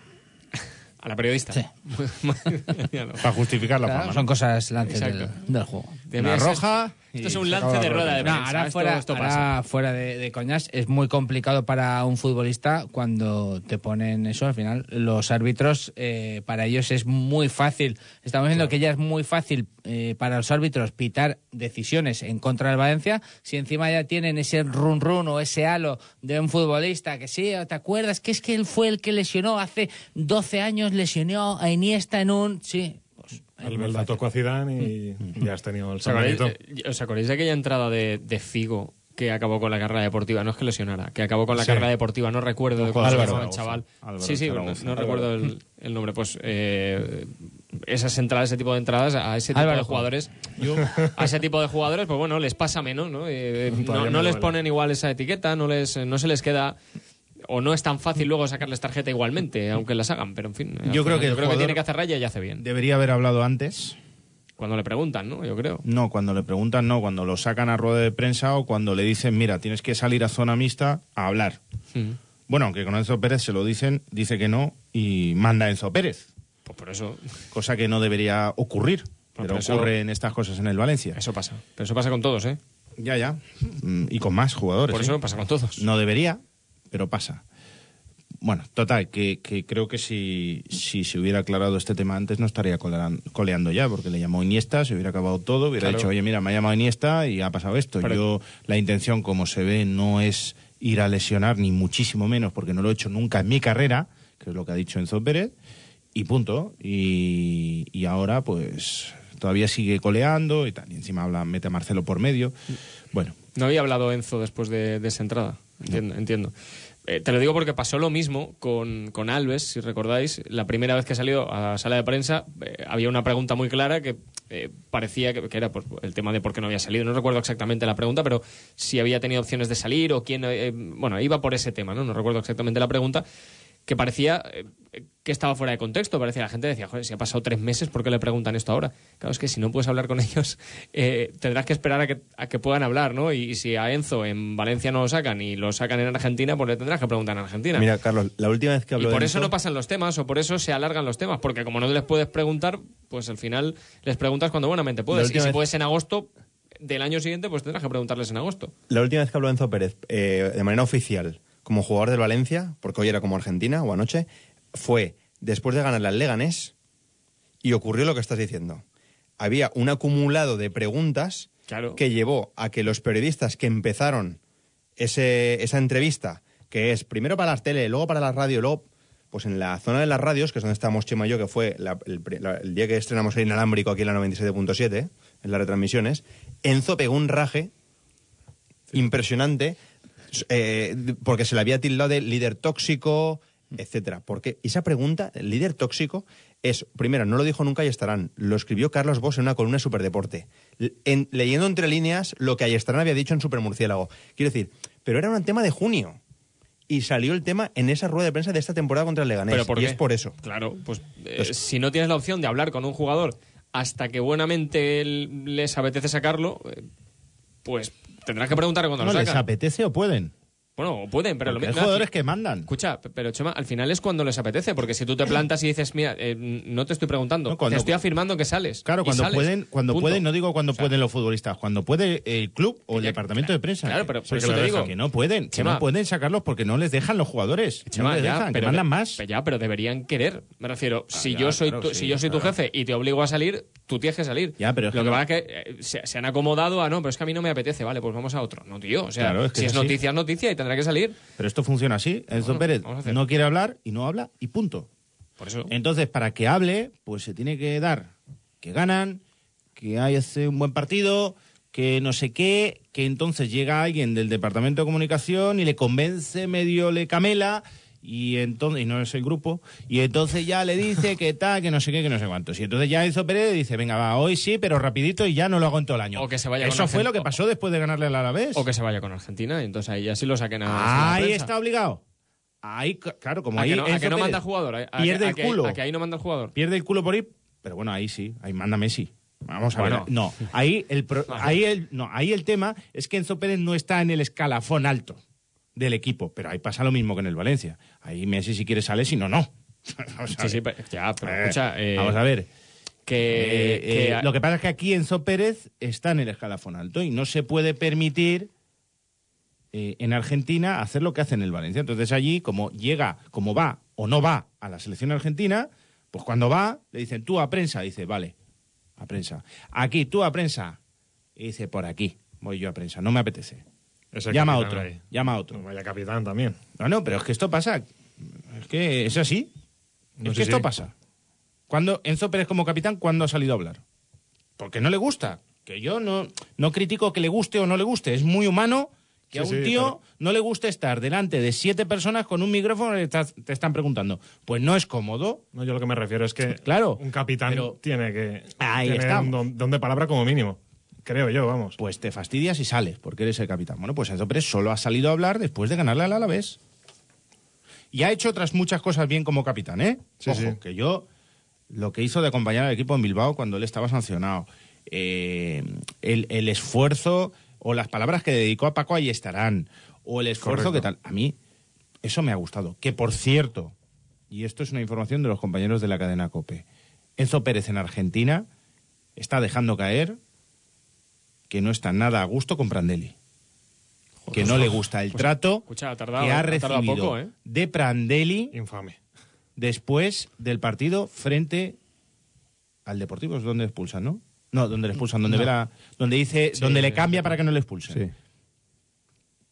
Speaker 1: a la periodista.
Speaker 3: Sí.
Speaker 1: Ya lo-
Speaker 2: Para justificar la
Speaker 3: Claro,
Speaker 2: fama. ¿no?
Speaker 3: son cosas lances del,
Speaker 1: Exacto.
Speaker 3: del juego.
Speaker 1: Debería ser-
Speaker 2: roja y
Speaker 1: Esto es
Speaker 2: se
Speaker 1: un lance
Speaker 2: acaba
Speaker 1: de
Speaker 2: la
Speaker 1: rueda de
Speaker 3: No,
Speaker 1: prensa.
Speaker 3: ahora
Speaker 1: esto-
Speaker 3: fuera,
Speaker 1: esto pasa.
Speaker 3: ahora fuera de, de coñas, es muy complicado para un futbolista cuando te ponen eso. Al final, los árbitros, eh, para ellos es muy fácil. Estamos viendo que ya es muy fácil eh, para los árbitros pitar decisiones en contra del Valencia. Si encima ya tienen ese run-run o ese halo de un futbolista que sí, ¿te acuerdas? Que es que él fue el que lesionó hace 12 años, lesionó a Iniesta en un. Sí, pues. es
Speaker 5: El
Speaker 3: muy
Speaker 5: Belda
Speaker 3: fácil.
Speaker 5: tocó a Zidane y ya has tenido el
Speaker 1: ¿Os acordáis,
Speaker 5: sagrito.
Speaker 1: eh, ¿Os acordáis de aquella entrada de, de Figo que acabó con la carrera deportiva? No es que lesionara, que acabó con la
Speaker 5: Sí.
Speaker 1: carrera deportiva. No recuerdo de cómo se
Speaker 2: Álvaro
Speaker 1: llamaba el
Speaker 2: Zaragoza.
Speaker 1: chaval.
Speaker 2: Álvaro
Speaker 1: sí, sí, no-
Speaker 2: Zaragoza.
Speaker 1: no,
Speaker 2: Álvaro.
Speaker 1: recuerdo el, el nombre. Pues eh, esas entradas, ese tipo de entradas, a ese tipo
Speaker 3: Álvaro
Speaker 1: de jugadores, a ese tipo de jugadores, pues bueno, les pasa menos, ¿no? Eh, no,
Speaker 5: Todavía
Speaker 1: no
Speaker 5: me
Speaker 1: les
Speaker 5: duele.
Speaker 1: ponen igual esa etiqueta, no les, no se les queda. O no es tan fácil luego sacarles tarjeta igualmente, aunque las hagan, pero en fin. al
Speaker 2: Yo creo
Speaker 1: final
Speaker 2: que el
Speaker 1: yo creo que
Speaker 2: jugador-
Speaker 1: tiene que hacer raya y hace bien.
Speaker 2: Debería haber hablado antes.
Speaker 1: Cuando le preguntan, ¿no? Yo creo.
Speaker 2: No, cuando le preguntan, no, cuando lo sacan a rueda de prensa o cuando le dicen, mira, tienes que salir a zona mixta a hablar.
Speaker 1: Mm.
Speaker 2: Bueno, aunque con Enzo Pérez se lo dicen, dice que no y manda a Enzo Pérez,
Speaker 1: Pues por eso
Speaker 2: cosa que no debería ocurrir,
Speaker 1: Bueno,
Speaker 2: pero
Speaker 1: pero eso-
Speaker 2: ocurre en estas cosas en el Valencia.
Speaker 1: Eso pasa. Pero eso pasa con todos, ¿eh?
Speaker 2: Ya, ya. Mm, Y con más jugadores.
Speaker 1: Por
Speaker 2: ¿eh?
Speaker 1: eso pasa con todos.
Speaker 2: No debería, pero pasa. Bueno, total, que, que creo que si, si se hubiera aclarado este tema antes no estaría colean- coleando ya, porque le llamó Iniesta, se hubiera acabado todo, hubiera
Speaker 1: Claro.
Speaker 2: dicho, oye, mira, me ha llamado Iniesta y ha pasado esto.
Speaker 1: Pero-
Speaker 2: Yo, la intención, como se ve, no es ir a lesionar, ni muchísimo menos, porque no lo he hecho nunca en mi carrera, que es lo que ha dicho Enzo Pérez, y punto. Y, y ahora, pues, todavía sigue coleando y tal. Y encima habla, mete a Marcelo por medio.
Speaker 1: Mm.
Speaker 2: Bueno,
Speaker 1: No había hablado Enzo después de, de esa entrada. Entiendo. entiendo. Eh, te lo digo porque pasó lo mismo con, con Alves, si recordáis. La primera vez que salió a sala de prensa eh, había una pregunta muy clara que eh, parecía que, que era pues, el tema de por qué no había salido. No recuerdo exactamente la pregunta, pero si había tenido opciones de salir o quién... eh, bueno, iba por ese tema, ¿no? No recuerdo exactamente la pregunta. que parecía eh, que estaba fuera de contexto. Parecía la gente decía, joder, si ha pasado tres meses, ¿por qué le preguntan esto ahora? Claro, es que si no puedes hablar con ellos, eh, tendrás que esperar a que, a que puedan hablar, ¿no? Y, si a Enzo en Valencia no lo sacan y lo sacan en Argentina, pues le tendrás que preguntar en Argentina.
Speaker 4: Mira, Carlos, la última vez que
Speaker 1: y
Speaker 4: habló
Speaker 1: por
Speaker 4: de
Speaker 1: eso
Speaker 4: Enzo-
Speaker 1: no pasan los temas o por eso se alargan los temas, porque como no les puedes preguntar, pues al final les preguntas cuando buenamente
Speaker 4: La
Speaker 1: puedes. Y
Speaker 4: última
Speaker 1: si
Speaker 4: vez-
Speaker 1: puedes en agosto del año siguiente, pues tendrás que preguntarles en agosto.
Speaker 4: La última vez que habló Enzo Pérez eh, de manera oficial como jugador del Valencia, porque hoy era como Argentina o anoche, fue después de ganarle al Leganés y ocurrió lo que estás diciendo. Había un acumulado de preguntas
Speaker 1: Claro.
Speaker 4: que llevó a que los periodistas que empezaron ese- esa entrevista, que es primero para las tele, luego para la radio, luego pues en la zona de las radios, que es donde estábamos Chema y yo, que fue la- el, pri- la- el día que estrenamos el inalámbrico aquí en la 97.7, en las retransmisiones, Enzo pegó un raje impresionante eh, porque se le había tildado de líder tóxico, etcétera. Porque esa pregunta, el líder tóxico, es, primero, no lo dijo nunca Ayestarán, lo escribió Carlos Bosch en una columna de Superdeporte, L- en- leyendo entre líneas lo que Ayestarán había dicho en Supermurciélago. Quiero decir, pero era un tema de junio. Y salió el tema en esa rueda de prensa de esta temporada contra el Leganés.
Speaker 1: ¿Pero por
Speaker 4: y
Speaker 1: qué?
Speaker 4: es por eso.
Speaker 1: Claro, pues eh,
Speaker 4: Entonces-
Speaker 1: si no tienes la opción de hablar con un jugador hasta que buenamente él- les apetece sacarlo, eh, pues tendrás que preguntar cuando
Speaker 2: no
Speaker 1: lo
Speaker 2: les
Speaker 1: sacan.
Speaker 2: apetece o pueden.
Speaker 1: Bueno, pueden, pero lo
Speaker 2: Porque
Speaker 1: mismo.
Speaker 2: hay jugadores que mandan.
Speaker 1: Escucha, p- pero Chema, al final es cuando les apetece, porque si tú te plantas y dices, mira, eh, no te estoy preguntando,
Speaker 2: No, cuando-
Speaker 1: te estoy afirmando que sales.
Speaker 2: Claro,
Speaker 1: y
Speaker 2: cuando
Speaker 1: sales.
Speaker 2: pueden, cuando
Speaker 1: Punto.
Speaker 2: pueden, no digo cuando
Speaker 1: O sea,
Speaker 2: pueden los futbolistas, cuando puede el club o el
Speaker 1: ya-
Speaker 2: departamento de prensa.
Speaker 1: claro, pero
Speaker 2: Que-
Speaker 1: por
Speaker 2: que
Speaker 1: eso
Speaker 2: lo
Speaker 1: te
Speaker 2: dejan,
Speaker 1: digo.
Speaker 2: que no pueden, que
Speaker 1: Chema.
Speaker 2: no pueden sacarlos porque no les dejan los jugadores. no
Speaker 1: Chema,
Speaker 2: les
Speaker 1: ya,
Speaker 2: dejan, que
Speaker 1: pero
Speaker 2: mandan
Speaker 1: de-
Speaker 2: más.
Speaker 1: pe- Ya, pero deberían querer. Me refiero, si,
Speaker 2: ya,
Speaker 1: yo soy
Speaker 2: Ah,
Speaker 1: tu,
Speaker 2: claro, sí,
Speaker 1: si yo soy tu
Speaker 2: claro.
Speaker 1: jefe y te obligo a salir, tú tienes que salir.
Speaker 2: Ya, pero es
Speaker 1: Lo
Speaker 2: que
Speaker 1: que
Speaker 2: no-
Speaker 1: pasa es que eh, se, se han acomodado a no, pero es que a mí no me apetece. Vale, pues vamos a otro. No, tío. O sea,
Speaker 2: Claro, es que
Speaker 1: si
Speaker 2: es
Speaker 1: es
Speaker 2: así.
Speaker 1: noticia, es noticia y tendrá que salir.
Speaker 2: Pero esto funciona así. Enzo
Speaker 1: Bueno,
Speaker 2: Pérez
Speaker 1: vamos a hacer.
Speaker 2: no quiere hablar y no habla y punto.
Speaker 1: Por eso.
Speaker 2: Entonces, para que hable, pues se tiene que dar que ganan, que hay hace un buen partido, que no sé qué, que entonces llega alguien del departamento de comunicación y le convence, medio le camela, y entonces, y no es el grupo, y entonces ya le dice que tal, que no sé qué, que no sé cuántos. Y entonces ya Enzo Pérez dice, venga, va, hoy sí, pero rapidito y ya no lo hago en todo el año.
Speaker 1: O que se vaya con
Speaker 2: Eso fue
Speaker 1: Argent-
Speaker 2: lo que pasó después de ganarle al Alavés.
Speaker 1: O que se vaya con Argentina, y entonces ahí ya sí lo saquen a. a Ah, la
Speaker 2: Ahí
Speaker 1: prensa.
Speaker 2: está obligado. Ahí, c- claro, como
Speaker 1: A
Speaker 2: ahí
Speaker 1: que no, a
Speaker 2: Enzo
Speaker 1: que no
Speaker 2: Pérez
Speaker 1: manda jugador. A, a-
Speaker 2: pierde
Speaker 1: a
Speaker 2: el
Speaker 1: que-
Speaker 2: culo
Speaker 1: a que ahí no manda el jugador.
Speaker 2: pierde el culo por ir, pero bueno, ahí sí, ahí manda Messi. Vamos a
Speaker 1: Bueno.
Speaker 2: ver. No, ahí el, pro- ahí el no, ahí el tema es que Enzo Pérez no está en el escalafón alto del equipo, pero ahí pasa lo mismo que en el Valencia. Ahí Messi si quiere sale, si no no. Vamos a
Speaker 1: Sí, sí,
Speaker 2: ver.
Speaker 1: pero, ya, pero
Speaker 2: Eh,
Speaker 1: escucha. eh,
Speaker 2: vamos a ver.
Speaker 1: Que,
Speaker 2: Eh, eh,
Speaker 1: que a-
Speaker 2: lo que pasa es que aquí Enzo Pérez está en el escalafón alto y no se puede permitir eh, en Argentina hacer lo que hace en el Valencia. Entonces allí, como llega, como va o no va a la selección argentina, pues cuando va, le dicen tú a prensa, dice, vale, a prensa. Aquí, tú a prensa. Y dice, por aquí, voy yo a prensa, no me apetece.
Speaker 5: Ese
Speaker 2: llama a
Speaker 5: capitán
Speaker 2: otro,
Speaker 5: ahí.
Speaker 2: llama a otro.
Speaker 5: No, Vaya capitán también.
Speaker 2: No, no, pero es que esto pasa. Es que es así.
Speaker 5: No,
Speaker 2: es
Speaker 5: sí,
Speaker 2: que esto
Speaker 5: sí.
Speaker 2: pasa. Cuando Enzo Pérez como capitán, ¿cuándo ha salido a hablar? Porque no le gusta. Que yo no, no critico que le guste o no le guste. Es muy humano que a
Speaker 5: Sí,
Speaker 2: un
Speaker 5: sí,
Speaker 2: tío
Speaker 5: claro.
Speaker 2: no le guste estar delante de siete personas con un micrófono y le estás- te están preguntando. Pues no es cómodo.
Speaker 5: No, yo lo que me refiero es que
Speaker 2: Claro,
Speaker 5: un capitán
Speaker 2: pero-
Speaker 5: tiene que
Speaker 2: Ahí
Speaker 5: tener
Speaker 2: estamos.
Speaker 5: un don, don de palabra como mínimo. Creo yo, vamos.
Speaker 2: Pues te fastidias y sales, porque eres el capitán. Bueno, pues Enzo Pérez solo ha salido a hablar después de ganarle al Alavés. Y ha hecho otras muchas cosas bien como capitán, ¿eh?
Speaker 5: Sí,
Speaker 2: Ojo,
Speaker 5: sí.
Speaker 2: que yo lo que hizo de acompañar al equipo en Bilbao cuando él estaba sancionado, eh, el, el esfuerzo o las palabras que dedicó a Paco ahí estarán, o el esfuerzo
Speaker 5: Correcto.
Speaker 2: que tal. A mí eso me ha gustado. Que por cierto, y esto es una información de los compañeros de la cadena COPE, Enzo Pérez en Argentina está dejando caer que no está nada a gusto con Prandelli. Que no le gusta el
Speaker 1: Pues,
Speaker 2: trato
Speaker 1: escucha, ha tardado-
Speaker 2: que ha
Speaker 1: ha tardado
Speaker 2: recibido
Speaker 1: poco, ¿eh?
Speaker 2: de Prandelli
Speaker 5: Infame.
Speaker 2: después del partido frente al Deportivo, es donde expulsan, ¿no? No, donde le expulsan, donde ve la- donde dice,
Speaker 1: Sí,
Speaker 2: donde le
Speaker 1: sí,
Speaker 2: cambia
Speaker 1: sí.
Speaker 2: para que no le expulsen.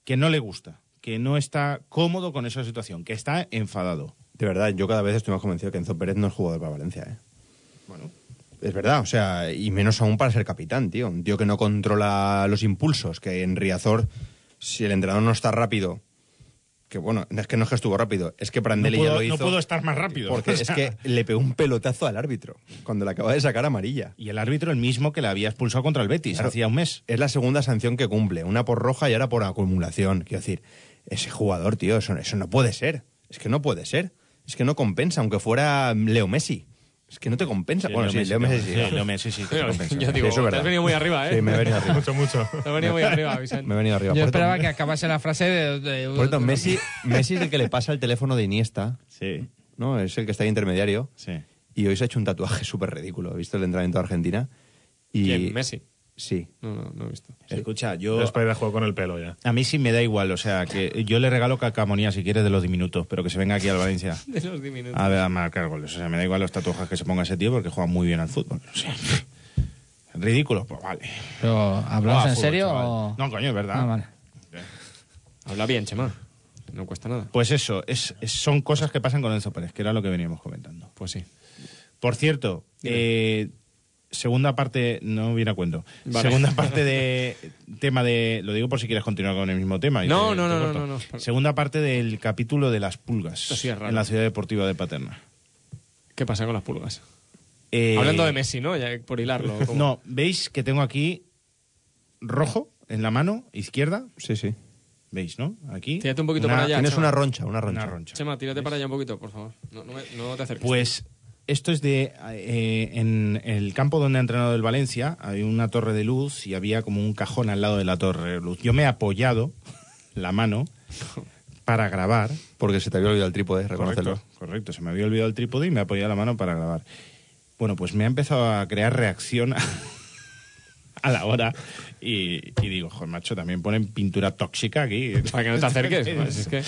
Speaker 2: Que no le gusta, que no está cómodo con esa situación, que está enfadado.
Speaker 4: De verdad, yo cada vez estoy más convencido que Enzo Pérez no es jugador para Valencia, ¿eh?
Speaker 2: Bueno,
Speaker 4: Es verdad, o sea, y menos aún para ser capitán, tío. Un tío que no controla los impulsos, que en Riazor, si el entrenador no está rápido, que bueno, es que no es que estuvo rápido, es que
Speaker 2: no
Speaker 4: Prandelli
Speaker 2: puedo,
Speaker 4: ya lo
Speaker 2: no
Speaker 4: hizo.
Speaker 2: puedo estar más rápido.
Speaker 4: Porque
Speaker 2: O
Speaker 4: es
Speaker 2: sea,
Speaker 4: que le pegó un pelotazo al árbitro cuando le acaba de sacar amarilla.
Speaker 2: Y el árbitro el mismo que la había expulsado contra el Betis
Speaker 4: Claro.
Speaker 2: hacía un mes.
Speaker 4: Es la segunda sanción que cumple, una por roja y ahora por acumulación. Quiero decir, ese jugador, tío, eso, eso no puede ser. Es que no puede ser. Es que no compensa, aunque fuera Leo Messi. Es que no te compensa. bueno, sí, Leo Messi sí.
Speaker 2: sí, Leo Messi sí. que te compensa.
Speaker 1: Yo digo,
Speaker 4: Sí, eso es
Speaker 1: te
Speaker 4: verdad.
Speaker 1: has venido muy arriba, ¿eh?
Speaker 4: Sí, me he venido arriba.
Speaker 5: Mucho, mucho.
Speaker 1: Te has venido muy arriba, Vicente.
Speaker 4: Me he venido arriba.
Speaker 3: Yo
Speaker 4: Por
Speaker 3: esperaba
Speaker 4: cierto,
Speaker 3: que acabase la frase de... de-
Speaker 4: Por cierto, Messi, Messi es el que le pasa el teléfono de Iniesta,
Speaker 2: Sí,
Speaker 4: ¿no? Es el que está ahí intermediario.
Speaker 2: sí.
Speaker 4: Y hoy se ha hecho un tatuaje súper ridículo. He visto el entrenamiento de Argentina. Y...
Speaker 1: ¿Quién? ¿Messi?
Speaker 4: Sí.
Speaker 1: No, no, no he visto.
Speaker 2: Escucha, yo
Speaker 5: Después de juego con el pelo ya.
Speaker 2: A mí sí me da igual, o sea, que yo le regalo cacamonía si quieres de los diminutos, pero que se venga aquí al Valencia
Speaker 1: De los diminutos.
Speaker 2: a, ver, a marcar goles. O sea, me da igual los tatuajes que se ponga ese tío porque juega muy bien al fútbol. O sea, ridículo, pues vale.
Speaker 3: Pero, ¿Hablamos
Speaker 2: Juega
Speaker 3: en
Speaker 2: fútbol,
Speaker 3: serio
Speaker 2: chaval.
Speaker 3: o...?
Speaker 2: No, coño, es verdad.
Speaker 3: Ah, vale.
Speaker 1: Habla bien, Chema. No cuesta nada.
Speaker 2: Pues eso, es, es- son cosas que pasan con Enzo Pérez, que era lo que veníamos comentando.
Speaker 1: Pues sí.
Speaker 2: Por cierto, eh, segunda parte, no viene a cuento.
Speaker 1: Vale.
Speaker 2: Segunda parte de tema de. Lo digo por si quieres continuar con el mismo tema. y
Speaker 1: No,
Speaker 2: te-
Speaker 1: no,
Speaker 2: te
Speaker 1: no, no,
Speaker 2: corto.
Speaker 1: no, no, no.
Speaker 2: Segunda parte del capítulo de las pulgas
Speaker 1: Esto sí es raro.
Speaker 2: en la ciudad deportiva de Paterna.
Speaker 1: ¿Qué pasa con las pulgas?
Speaker 2: Eh,
Speaker 1: Hablando de Messi, ¿no? Ya por hilarlo. ¿cómo?
Speaker 2: No, veis que tengo aquí rojo en la mano izquierda.
Speaker 4: Sí, sí.
Speaker 2: Veis, ¿no? Aquí.
Speaker 1: Tírate un poquito
Speaker 2: Una-
Speaker 1: para allá.
Speaker 4: Tienes
Speaker 1: Chema.
Speaker 4: una roncha, una roncha.
Speaker 2: Una roncha.
Speaker 1: Chema, tírate para allá un poquito, por favor. No, no, me- no te acerques.
Speaker 2: Pues esto es de. eh, en el campo donde ha entrenado el Valencia, hay una torre de luz y había como un cajón al lado de la torre de luz. Yo me he apoyado la mano para grabar.
Speaker 4: Porque se te había olvidado el trípode, reconocerlo.
Speaker 2: Correcto, correcto. Se me había olvidado el trípode y me apoyé la mano para grabar. Bueno, pues me ha empezado a crear reacción a, a la hora y, y digo, joder, macho, también ponen pintura tóxica aquí. ¿eh?
Speaker 1: Para que no te acerques, pues, es que-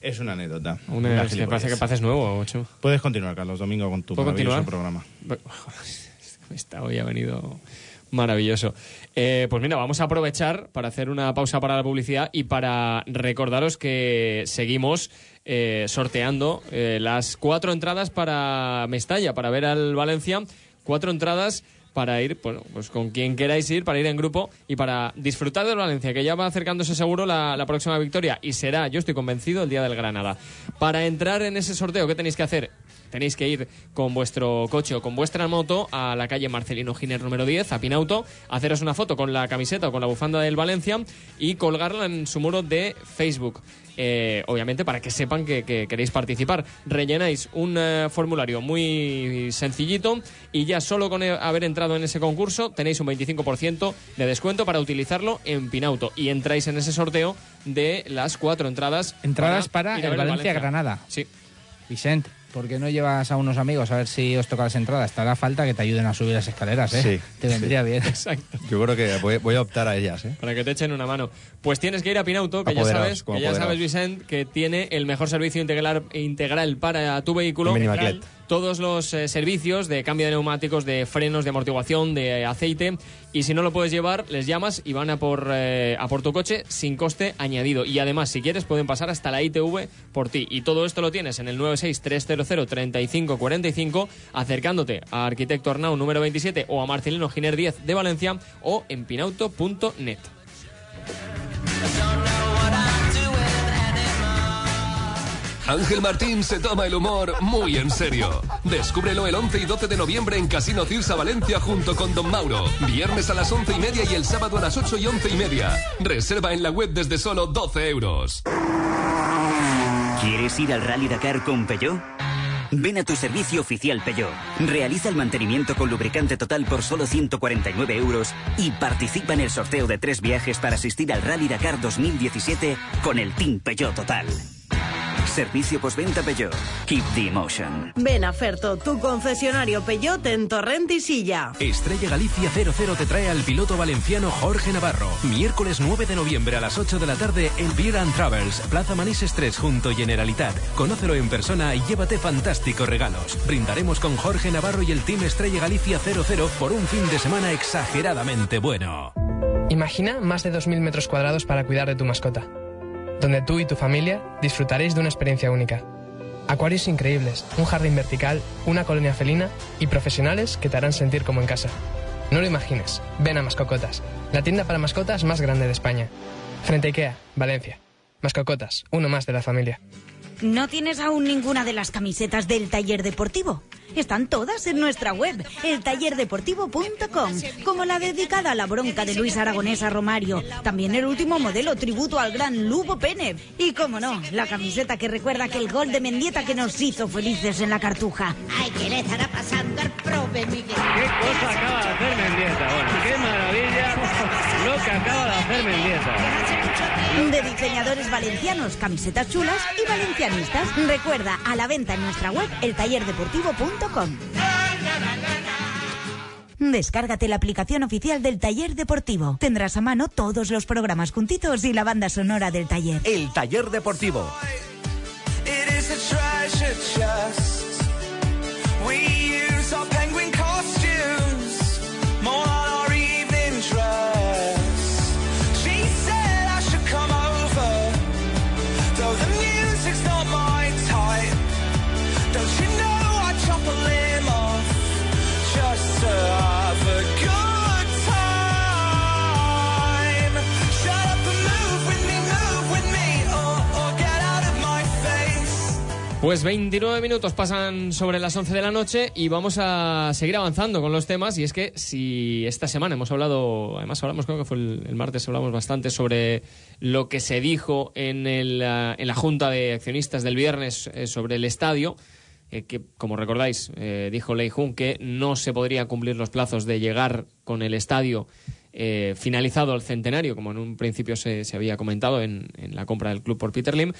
Speaker 2: Es una anécdota.
Speaker 1: Una,
Speaker 2: Una
Speaker 1: es que parece que
Speaker 2: gilipollez.
Speaker 1: pases nuevo, ocho.
Speaker 2: Puedes continuar, Carlos Domingo, con tu
Speaker 1: ¿Puedo
Speaker 2: maravilloso
Speaker 1: continuar?
Speaker 2: programa.
Speaker 1: Esta hoy ha venido maravilloso. Eh, pues mira, vamos a aprovechar para hacer una pausa para la publicidad y para recordaros que seguimos eh, sorteando eh, las cuatro entradas para Mestalla, para ver al Valencia. Cuatro entradas para ir, bueno, pues con quien queráis ir, para ir en grupo y para disfrutar del Valencia, que ya va acercándose seguro la, la próxima victoria y será, yo estoy convencido, el día del Granada. Para entrar en ese sorteo, ¿qué tenéis que hacer? Tenéis que ir con vuestro coche o con vuestra moto a la calle Marcelino Giner número 10, a Pinauto, haceros una foto con la camiseta o con la bufanda del Valencia y colgarla en su muro de Facebook. Eh, obviamente para que sepan que, que queréis participar. Rellenáis un eh, formulario muy sencillito y ya solo con eh, haber entrado en ese concurso tenéis un 25% de descuento para utilizarlo en Pinauto y entráis en ese sorteo de las cuatro entradas.
Speaker 3: Entradas para
Speaker 1: ir a
Speaker 3: el
Speaker 1: ver al
Speaker 3: Valencia Granada.
Speaker 1: Sí.
Speaker 3: Vicent, ¿por qué no llevas a unos amigos a ver si os toca las entradas? Te hará falta que te ayuden a subir las escaleras, ¿eh?
Speaker 4: Sí,
Speaker 3: Te vendría bien.
Speaker 1: Exacto.
Speaker 4: Yo creo que voy, voy a optar a ellas, ¿eh?
Speaker 1: Para que te echen una mano. Pues tienes que ir a Pinauto, que ya
Speaker 4: Apoderaos,
Speaker 1: sabes,
Speaker 4: como
Speaker 1: que ya sabes,
Speaker 4: apoderaos.
Speaker 1: Vicent, que tiene el mejor servicio integral, integral para tu vehículo.
Speaker 4: En Minimaclet.
Speaker 1: Todos los eh, servicios de cambio de neumáticos, de frenos, de amortiguación, de aceite. Y si no lo puedes llevar, les llamas y van a por, eh, a por tu coche sin coste añadido. Y además, si quieres, pueden pasar hasta la ITV por ti. Y todo esto lo tienes en el 963003545, acercándote a Arquitecto Arnau número 27 o a Marcelino Giner 10 de Valencia o en pinauto.net.
Speaker 7: Ángel Martín se toma el humor muy en serio. Descúbrelo el 11 y 12 de noviembre en Casino Cirsa Valencia junto con Don Mauro. Viernes a las 11 y media y el sábado a las 8 y 11 y media. Reserva en la web desde solo 12 euros.
Speaker 8: ¿Quieres ir al Rally Dakar con Peugeot? Ven a tu servicio oficial Peugeot. Realiza el mantenimiento con lubricante total por solo 149 euros y participa en el sorteo de tres viajes para asistir al Rally Dakar 2017 con el Team Peugeot Total. Servicio postventa Peugeot. Keep the emotion.
Speaker 9: Ven a Ferto, tu concesionario Peyote en Torrent y Silla.
Speaker 7: Estrella Galicia 00 te trae al piloto valenciano Jorge Navarro. Miércoles 9 de noviembre a las 8 de la tarde en Beer and Travels, Plaza Manises 3 junto Generalitat. Conócelo en persona y llévate fantásticos regalos. Brindaremos con Jorge Navarro y el Team Estrella Galicia 00 por un fin de semana exageradamente bueno.
Speaker 10: Imagina más de 2.000 metros cuadrados para cuidar de tu mascota, donde tú y tu familia disfrutaréis de una experiencia única. Acuarios increíbles, un jardín vertical, una colonia felina y profesionales que te harán sentir como en casa. No lo imagines, ven a Mascocotas, la tienda para mascotas más grande de España. Frente a Ikea, Valencia. Mascocotas, uno más de la familia.
Speaker 11: ¿No tienes aún ninguna de las camisetas del taller deportivo? Están todas en nuestra web, eltallerdeportivo.com, como la dedicada a la bronca de Luis Aragonesa Romario, también el último modelo tributo al gran Lugo Pene, y como no, la camiseta que recuerda aquel gol de Mendieta que nos hizo felices en la cartuja.
Speaker 9: Ay, que le estará pasando al prove, Miguel.
Speaker 10: ¿Qué cosa acaba de hacer Mendieta? Bueno, qué maravilla lo que acaba de hacer Mendieta.
Speaker 11: De diseñadores valencianos, camisetas chulas y valencianistas. Recuerda, a la venta en nuestra web, eltallerdeportivo.com. Descárgate la aplicación oficial del Taller Deportivo. Tendrás a mano todos los programas juntitos y la banda sonora del taller.
Speaker 8: El taller deportivo.
Speaker 1: Pues 29 minutos pasan sobre las 11 de la noche y vamos a seguir avanzando con los temas. Y es que si esta semana hemos hablado, además hablamos, creo que fue el, el martes, hablamos bastante sobre lo que se dijo en, el, ah, en la Junta de Accionistas del viernes eh, sobre el estadio. eh, que, como recordáis, eh, dijo Lei Jun que no se podría cumplir los plazos de llegar con el estadio eh, finalizado el centenario, como en un principio se, se había comentado en, en la compra del club por Peter Lim.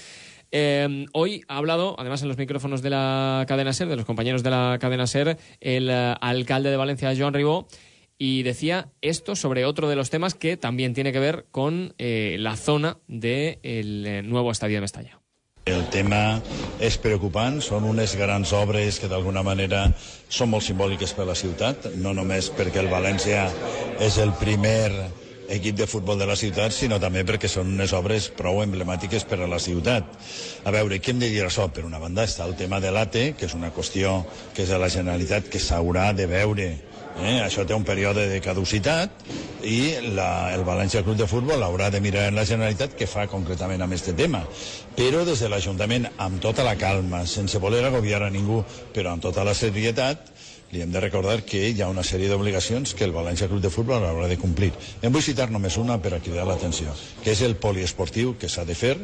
Speaker 1: Eh, hoy ha hablado, además en los micrófonos de la cadena SER, de los compañeros de la cadena SER, el eh, alcalde de Valencia, Joan Ribó, y decía esto sobre otro de los temas que también tiene que ver con eh, la zona del nuevo estadio de Mestalla.
Speaker 12: El tema és preocupant, són unes grans obres que d'alguna manera són molt simbòliques per la ciutat, no només perquè el València és el primer equip de futbol de la ciutat, sinó també perquè són unes obres prou emblemàtiques per a la ciutat. A veure, què hem de dir a això? Per una banda està el tema de l'ATE, que és una qüestió que és de la Generalitat que s'haurà de veure Eh? Això té un període de caducitat i la, el València Club de Futbol haurà de mirar en la Generalitat què fa concretament amb este tema. Però des de l'Ajuntament, amb tota la calma, sense voler agobiar a ningú, però amb tota la serietat, li hem de recordar que hi ha una sèrie d'obligacions que el València Club de Futbol haurà de complir. En vull citar només una per a cridar l'atenció, que és el poliesportiu que s'ha de fer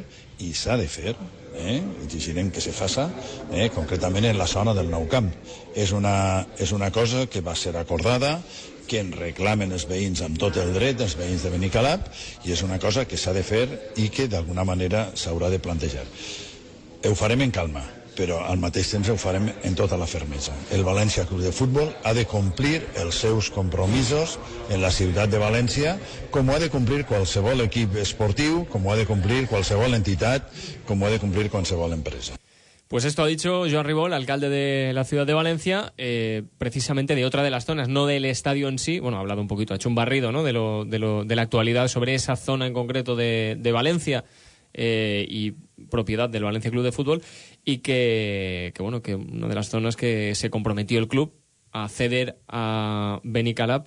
Speaker 12: i s'ha de fer, eh? exigirem que se faça, eh? concretament en la zona del Nou Camp. És una, és una cosa que va ser acordada, que en reclamen els veïns amb tot el dret, els veïns de Benicalap, i és una cosa que s'ha de fer i que d'alguna manera s'haurà de plantejar. Ho farem en calma, però al mateix temps ho farem en tota la fermesa. El València Club de Futbol ha de complir els seus compromisos en la ciutat de València, com ho ha de complir qualsevol equip esportiu, com ho ha de complir qualsevol entitat, com ho ha de complir qualsevol empresa.
Speaker 1: Pues esto ha dicho Joan Ribó, el alcalde de la ciudad de Valencia, eh, precisamente de otra de las zonas, no del estadio en sí. Bueno, ha hablado un poquito, ha hecho un barrido ¿no? de, lo, de, lo- de la actualidad sobre esa zona en concreto de, de Valencia eh, y propiedad del Valencia Club de Fútbol. Y que, que, bueno, que una de las zonas que se comprometió el club a ceder a Benicalap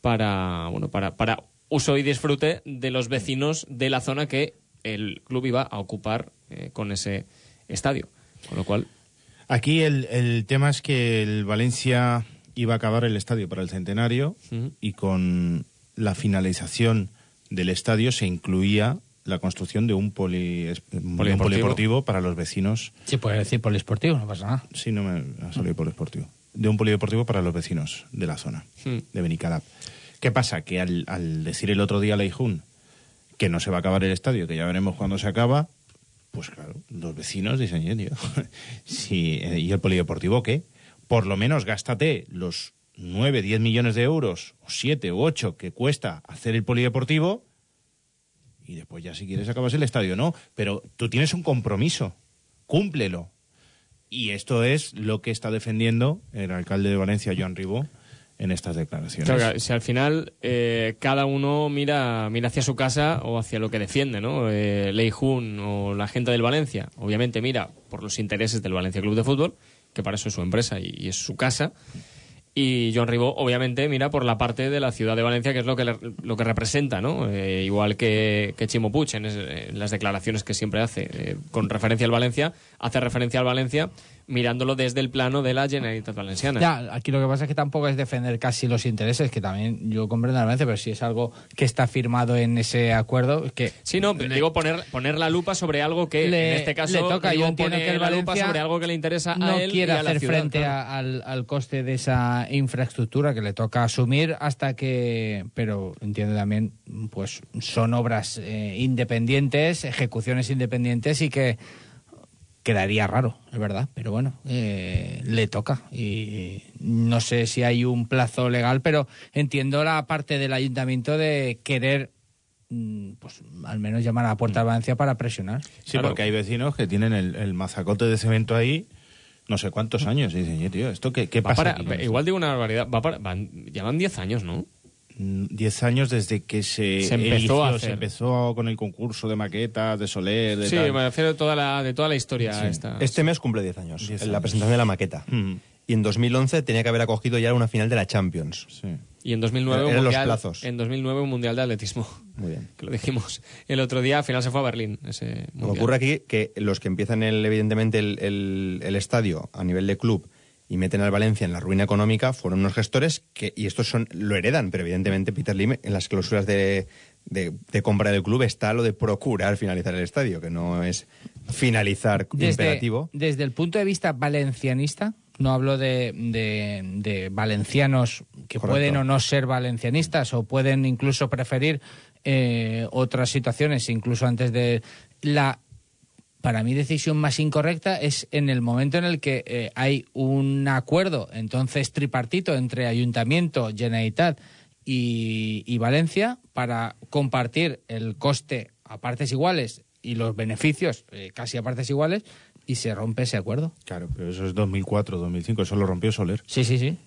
Speaker 1: para, bueno, para, para uso y disfrute de los vecinos de la zona que el club iba a ocupar eh, con ese estadio. Con lo cual,
Speaker 2: Aquí el, el tema es que el Valencia iba a acabar el estadio para el centenario y con la finalización del este. estadio se incluía la construcción de un, poli, de un
Speaker 3: Polideportivo.
Speaker 2: polideportivo para los vecinos.
Speaker 3: Sí, puedes decir poliesportivo, no pasa nada.
Speaker 2: Sí, no me ha salido polideportivo. De un polideportivo para los vecinos de la zona,
Speaker 3: Hmm.
Speaker 2: de Benicalap. ¿Qué pasa? Que al, al decir el otro día a Leijun que no se va a acabar el estadio, que ya veremos cuándo se acaba, pues claro, los vecinos dicen, "Oye, tío, si, eh, ¿y el polideportivo qué? Por lo menos gástate los 9, 10 millones de euros, o 7 o 8 que cuesta hacer el polideportivo, y después ya si quieres acabas el estadio, ¿no? Pero tú tienes un compromiso, cúmplelo. Y esto es lo que está defendiendo el alcalde de Valencia, Joan Ribó, en estas declaraciones.
Speaker 1: Claro, claro, si al final eh, cada uno mira, mira hacia su casa o hacia lo que defiende, ¿no? Eh, Lei Jun o la gente del Valencia, obviamente mira por los intereses del Valencia Club de Fútbol, que para eso es su empresa y, y es su casa. Y John Ribó, obviamente, mira por la parte de la ciudad de Valencia, que es lo que, le- lo que representa, ¿no? Eh, igual que, que Chimo Puig en, es- en las declaraciones que siempre hace eh, con referencia al Valencia, hace referencia al Valencia mirándolo desde el plano de la Generalitat Valenciana.
Speaker 3: Ya, aquí lo que pasa es que tampoco es defender casi los intereses, que también yo comprendo la Valencia, pero si es algo que está firmado en ese acuerdo, es que
Speaker 1: Sí, no, pero digo poner, poner la lupa sobre algo que
Speaker 3: Le-
Speaker 1: en este caso
Speaker 3: le toca,
Speaker 1: digo,
Speaker 3: yo entiendo
Speaker 1: pone
Speaker 3: que el
Speaker 1: la lupa
Speaker 3: Valencia
Speaker 1: sobre algo que le interesa
Speaker 3: no
Speaker 1: a él
Speaker 3: quiere
Speaker 1: y a la
Speaker 3: hacer
Speaker 1: ciudad,
Speaker 3: frente
Speaker 1: claro.
Speaker 3: a- al, al coste de esa infraestructura que le toca asumir hasta que pero entiendo también pues son obras eh, independientes ejecuciones independientes y que quedaría raro es verdad pero bueno eh, le toca y no sé si hay un plazo legal pero entiendo la parte del ayuntamiento de querer mm, pues al menos llamar a la puerta de
Speaker 1: Mm.
Speaker 3: Valencia para presionar
Speaker 2: Sí, porque hay vecinos que tienen el, el mazacote de cemento ahí no sé cuántos años. Y dicen, "Oye, tío, ¿esto qué, qué
Speaker 1: Va
Speaker 2: pasa?
Speaker 1: para-
Speaker 2: aquí con esto?".
Speaker 1: igual digo una barbaridad, va para- van- ya van 10 años, ¿no?
Speaker 2: Mm, Diez años desde que se,
Speaker 1: Se empezó a
Speaker 2: eligió, se
Speaker 1: hacer.
Speaker 2: empezó con el concurso de maquetas, de Soler, de
Speaker 1: Sí,
Speaker 2: tal.
Speaker 1: me refiero de toda la, de toda la historia
Speaker 4: Sí.
Speaker 1: esta.
Speaker 4: Este mes cumple 10 años,
Speaker 1: 10
Speaker 4: en la
Speaker 1: años.
Speaker 4: presentación de la maqueta.
Speaker 2: Mm.
Speaker 4: Y en 2011 tenía que haber acogido ya una final de la Champions.
Speaker 1: Y en 2009 un
Speaker 4: Eran los
Speaker 1: mundial-
Speaker 4: plazos.
Speaker 1: En 2009 un mundial de atletismo.
Speaker 4: Muy bien.
Speaker 1: Que lo dijimos el otro día, al final se fue a Berlín. Ese
Speaker 4: Lo que
Speaker 1: mundial.
Speaker 4: ocurre aquí que los que empiezan, el, evidentemente, el, el- el estadio a nivel de club y meten al Valencia en la ruina económica fueron unos gestores que, y estos son, lo heredan, pero evidentemente Peter Lim en las clausuras de, de- de compra del club está lo de procurar finalizar el estadio, que no es finalizar
Speaker 3: desde,
Speaker 4: imperativo.
Speaker 3: desde el punto de vista valencianista, No hablo de, de- de valencianos que
Speaker 4: Correcto.
Speaker 3: pueden o no ser valencianistas o pueden incluso preferir eh, otras situaciones, incluso antes de la para mí decisión más incorrecta es en el momento en el que eh, hay un acuerdo entonces tripartito entre ayuntamiento, Generalitat y, y Valencia para compartir el coste a partes iguales y los beneficios eh, casi a partes iguales y se rompe ese acuerdo.
Speaker 2: Claro, pero eso es 2004, 2005, eso lo rompió Soler.
Speaker 3: Sí, sí, sí.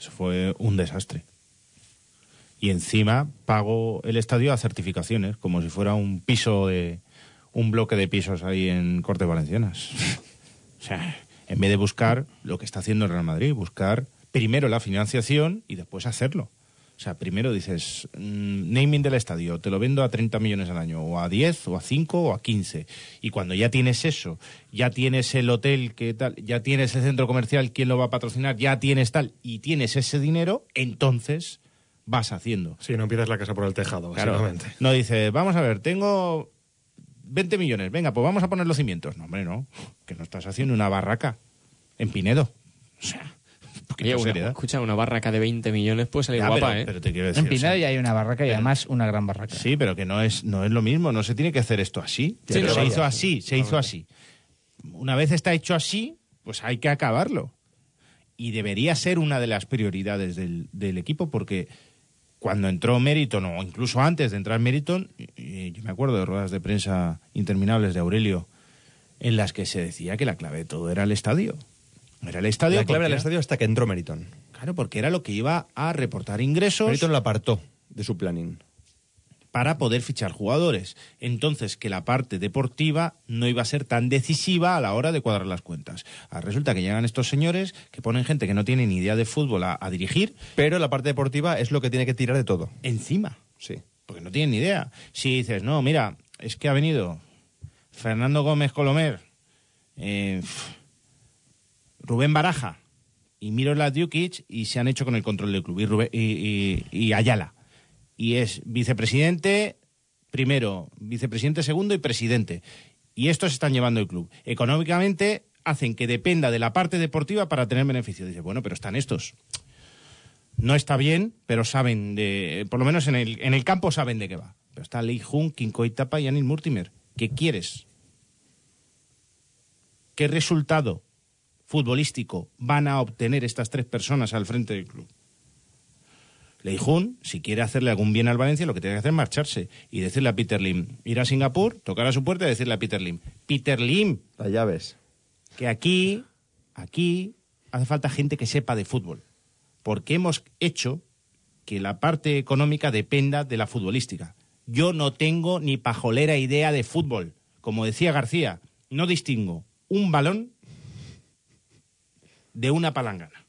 Speaker 2: Eso fue un desastre. Y encima pagó el estadio a certificaciones, como si fuera un piso de un bloque de pisos ahí en Cortes Valencianas. o sea, en vez de buscar lo que está haciendo el Real Madrid, buscar primero la financiación y después hacerlo. O sea, primero dices, mm, naming del estadio, te lo vendo a 30 millones al año, o a 10, o a 5, o a 15. Y cuando ya tienes eso, ya tienes el hotel, que tal, ya tienes el centro comercial, quién lo va a patrocinar, ya tienes tal, y tienes ese dinero, entonces vas haciendo.
Speaker 5: Sí, no empiezas la casa por el tejado,
Speaker 2: Claro.
Speaker 5: básicamente.
Speaker 2: No dices, vamos a ver, tengo 20 millones, venga, pues vamos a poner los cimientos. No, hombre, no, que no estás haciendo una barraca en Pinedo. O sea, un poquito
Speaker 1: Oye,
Speaker 2: de
Speaker 1: una-
Speaker 2: seriedad.
Speaker 1: escucha, una barraca de 20 millones puede salir
Speaker 2: ¿eh? Ya,
Speaker 1: guapa,
Speaker 2: pero-
Speaker 1: ¿eh?
Speaker 2: pero te quiero
Speaker 3: En Pinedo ya hay una barraca y además una gran barraca.
Speaker 2: Sí, pero que no es, no es lo mismo, no se tiene que hacer esto así. Pero
Speaker 3: no,
Speaker 2: se
Speaker 3: vaya,
Speaker 2: hizo así, se hizo así. Una vez está hecho así, pues hay que acabarlo. Y debería ser una de las prioridades del, del equipo, porque cuando entró Meriton, o incluso antes de entrar Meriton, y- y yo me acuerdo de ruedas de prensa interminables de Aurelio, en las que se decía que la clave de todo era el estadio. Era el estadio.
Speaker 4: La clave
Speaker 2: porque
Speaker 4: del
Speaker 2: era-
Speaker 4: estadio hasta que entró Meriton.
Speaker 2: Claro, porque era lo que iba a reportar ingresos
Speaker 4: Meriton lo apartó de su planning.
Speaker 2: para poder fichar jugadores. Entonces, que la parte deportiva no iba a ser tan decisiva a la hora de cuadrar las cuentas. Ah, Resulta que llegan estos señores que ponen gente que no tiene ni idea de fútbol a, a dirigir
Speaker 4: Pero la parte deportiva es lo que tiene que tirar de todo.
Speaker 2: encima,
Speaker 4: Sí.
Speaker 2: porque no tienen ni idea. Si dices, no, mira, es que ha venido Fernando Gómez Colomer, eh, pf, Rubén Baraja y Miroslav Djukic y se han hecho con el control del club y, Rubén- y- y- y Ayala. Y es vicepresidente primero, vicepresidente segundo y presidente. Y estos están llevando el club. Económicamente hacen que dependa de la parte deportiva para tener beneficio. Dice, bueno, pero están estos. No está bien, pero saben de. Por lo menos en el, en el campo saben de qué va. Pero está Lee Jun, Kinkoitapa y Anil Murtimer. ¿Qué quieres? ¿Qué resultado futbolístico van a obtener estas tres personas al frente del club? Leijun, si quiere hacerle algún bien al Valencia, lo que tiene que hacer es marcharse y decirle a Peter Lim, ir a Singapur, tocar a su puerta y decirle a Peter Lim, Peter Lim,
Speaker 4: Las llaves.
Speaker 2: que aquí, aquí hace falta gente que sepa de fútbol, porque hemos hecho que la parte económica dependa de la futbolística. Yo no tengo ni pajolera idea de fútbol. Como decía García, no distingo un balón de una palangana.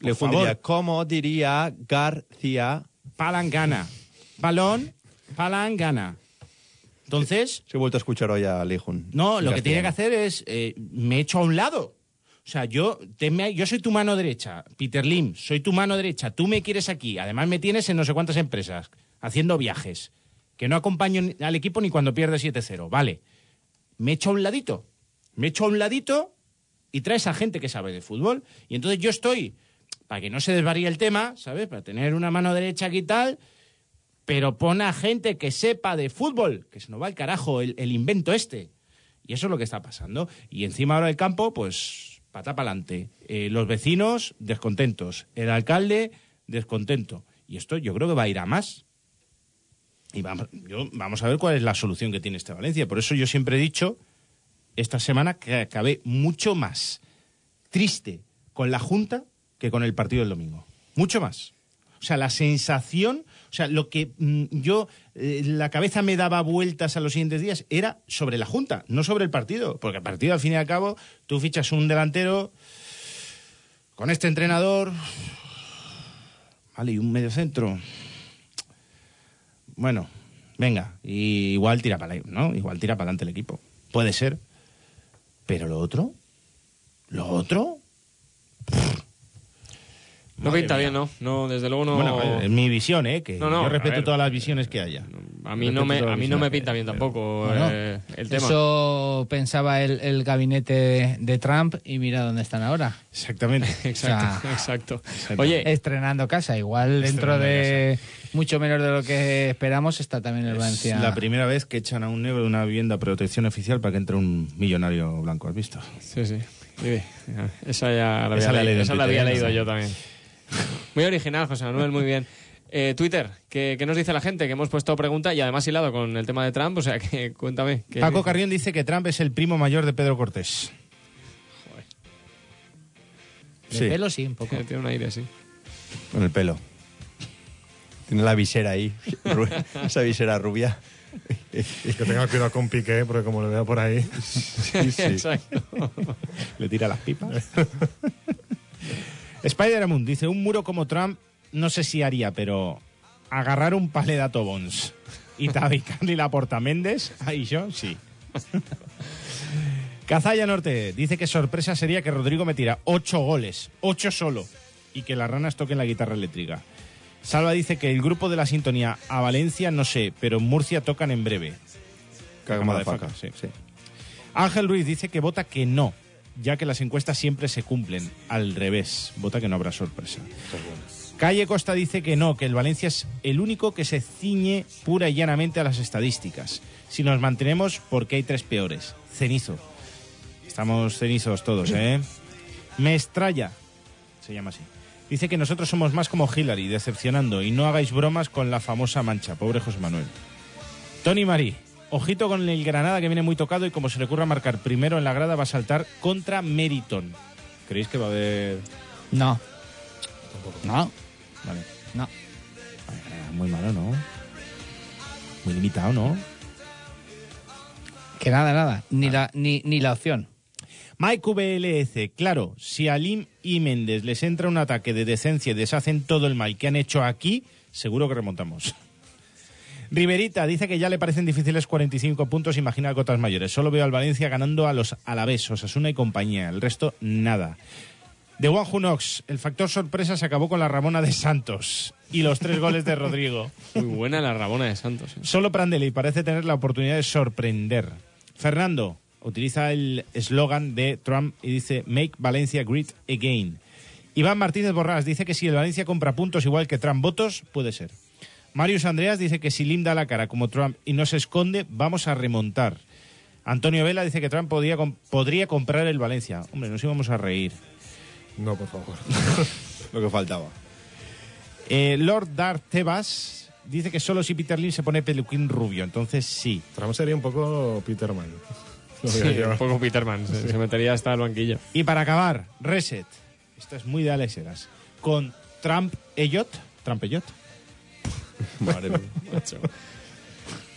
Speaker 4: Le
Speaker 2: Por
Speaker 4: fundiría.
Speaker 2: favor.
Speaker 4: ¿Cómo diría García?
Speaker 2: Palangana. Balón, palangana. Entonces,
Speaker 4: Se he vuelto a escuchar hoy a Leijun.
Speaker 2: No, lo que tiene que hacer es, eh, me echo a un lado. O sea, yo, tenme- yo soy tu mano derecha, Peter Lim, soy tu mano derecha, tú me quieres aquí, además me tienes en no sé cuántas empresas, haciendo viajes, que no acompaño ni- al equipo ni cuando pierde 7-0, vale. Me echo a un ladito, me echo a un ladito y traes a gente que sabe de fútbol. Y entonces yo estoy, para que no se desvaríe el tema, ¿sabes? Para tener una mano derecha aquí y tal, pero pon a gente que sepa de fútbol, que se nos va al carajo el, el invento este. Y eso es lo que está pasando. Y encima ahora el campo, pues pata para adelante. los vecinos descontentos, el alcalde descontento. Y esto yo creo que va a ir a más. Y vamos, yo- vamos a ver cuál es la solución que tiene este Valencia. Por eso yo siempre he dicho esta semana que acabé mucho más triste con la Junta que con el partido del domingo. Mucho más. O sea, la sensación, o sea, lo que mm, yo, eh, la cabeza me daba vueltas a los siguientes días era sobre la Junta, no sobre el partido. Porque el partido, al fin y al cabo, tú fichas un delantero con este entrenador, vale, y un medio centro. Bueno, venga, y igual tira para ¿no? Igual tira para adelante el equipo. Puede ser. Pero lo otro, lo otro,
Speaker 1: No
Speaker 2: Madre
Speaker 1: pinta
Speaker 2: mía.
Speaker 1: bien, ¿no? No, desde luego no...
Speaker 2: Bueno, es mi visión, ¿eh? Que
Speaker 1: No, no,
Speaker 2: yo
Speaker 1: a
Speaker 2: respeto
Speaker 1: ver.
Speaker 2: todas las visiones que haya.
Speaker 1: A mí no me, a mí no me pinta bien tampoco
Speaker 3: Bueno,
Speaker 1: eh, el tema.
Speaker 3: Eso pensaba el, el gabinete de, de Trump y mira dónde están ahora.
Speaker 2: Exactamente.
Speaker 1: Exacto, exacto.
Speaker 3: Oye,
Speaker 1: Oye,
Speaker 3: estrenando casa, igual dentro
Speaker 2: Estrenando
Speaker 3: de mucho menos de lo que esperamos está también el
Speaker 2: Es
Speaker 3: Valencia.
Speaker 2: la primera vez que echan a un negro de una vivienda protección oficial para que entre un millonario blanco, ¿has visto?
Speaker 1: sí, sí. Vive. Esa ya la había,
Speaker 2: Esa la
Speaker 1: leído,
Speaker 2: he leído
Speaker 1: esa
Speaker 2: en
Speaker 1: la había
Speaker 2: Twitter, ¿eh?
Speaker 1: leído yo también. Muy original, José Manuel, muy bien. Eh, Twitter, ¿qué, qué nos dice la gente? Que hemos puesto pregunta y además hilado con el tema de Trump, o sea que cuéntame. ¿qué
Speaker 2: Paco
Speaker 1: dice?
Speaker 2: Carrión dice que Trump es el primo mayor de Pedro Cortés.
Speaker 3: De
Speaker 2: Sí.
Speaker 3: pelo sí, un poco.
Speaker 1: Tiene un aire, sí.
Speaker 4: Con el pelo. Tiene la visera ahí, ru- esa visera rubia.
Speaker 5: Que tenga cuidado con Piqué, porque como lo veo por ahí.
Speaker 1: Exacto.
Speaker 2: Le tira las pipas. Spider-Moon dice, un muro como Trump no sé si haría, pero agarrar un palé de Atobons y tabicarle la porta Méndez, ahí yo sí. Cazalla Norte dice que sorpresa sería que Rodrigo me tira ocho goles, ocho solo, y que las ranas toquen la guitarra eléctrica. Salva dice que el grupo de la sintonía a Valencia no sé, pero en Murcia tocan en breve.
Speaker 4: Cagamos
Speaker 2: de faca, Ángel Ruiz dice que vota que no, ya que las encuestas siempre se cumplen. Al revés, vota que no habrá sorpresa. Calle Costa dice que no, que el Valencia es el único que se ciñe pura y llanamente a las estadísticas. Si nos mantenemos, porque hay tres peores. Cenizo. Estamos cenizos todos, ¿eh? Mestralla, se llama así. Dice que nosotros somos más como Hillary, decepcionando, y no hagáis bromas con la famosa mancha. Pobre José Manuel. Tony Marí, ojito con el Granada que viene muy tocado y como se le ocurra marcar primero en la grada va a saltar contra Meriton. ¿Creéis que va a haber...?
Speaker 3: No. No.
Speaker 2: Vale.
Speaker 3: No.
Speaker 2: Ah, Muy malo, ¿no? Muy limitado, ¿no?
Speaker 3: Que nada, nada. Ni, la, ni, ni la opción.
Speaker 2: Mike VLS, claro, si a Lim y Méndez les entra un ataque de decencia y deshacen todo el mal que han hecho aquí, seguro que remontamos. Riverita dice que ya le parecen difíciles 45 puntos, imagina cotas mayores. Solo veo al Valencia ganando a los Alavés, Osasuna y compañía. El resto, nada. De Juan Junox, el factor sorpresa se acabó con la Ramona de Santos y los tres goles de Rodrigo.
Speaker 1: Muy buena la Rabona de Santos. ¿eh?
Speaker 2: Solo Prandelli parece tener la oportunidad de sorprender. Fernando utiliza el eslogan de Trump y dice Make Valencia Great Again. Iván Martínez Borrás dice que si el Valencia compra puntos igual que Trump votos, puede ser. Marius Andreas dice que si Lim da la cara como Trump y no se esconde, vamos a remontar. Antonio Vela dice que Trump podía com- podría comprar el Valencia. Hombre, nos íbamos a reír.
Speaker 5: No, por favor.
Speaker 4: Lo que faltaba.
Speaker 2: Eh, Lord Dar Tebas dice que solo si Peter Lim se pone peluquín rubio, entonces sí.
Speaker 5: Trump sería un poco Peterman. Lo
Speaker 1: Sí,
Speaker 5: veo yo.
Speaker 1: un poco Peterman, se, se metería hasta el banquillo.
Speaker 2: Y para acabar, Reset. Esta es muy de Alex Heras. Con Trump Elliot. Trump Elliot.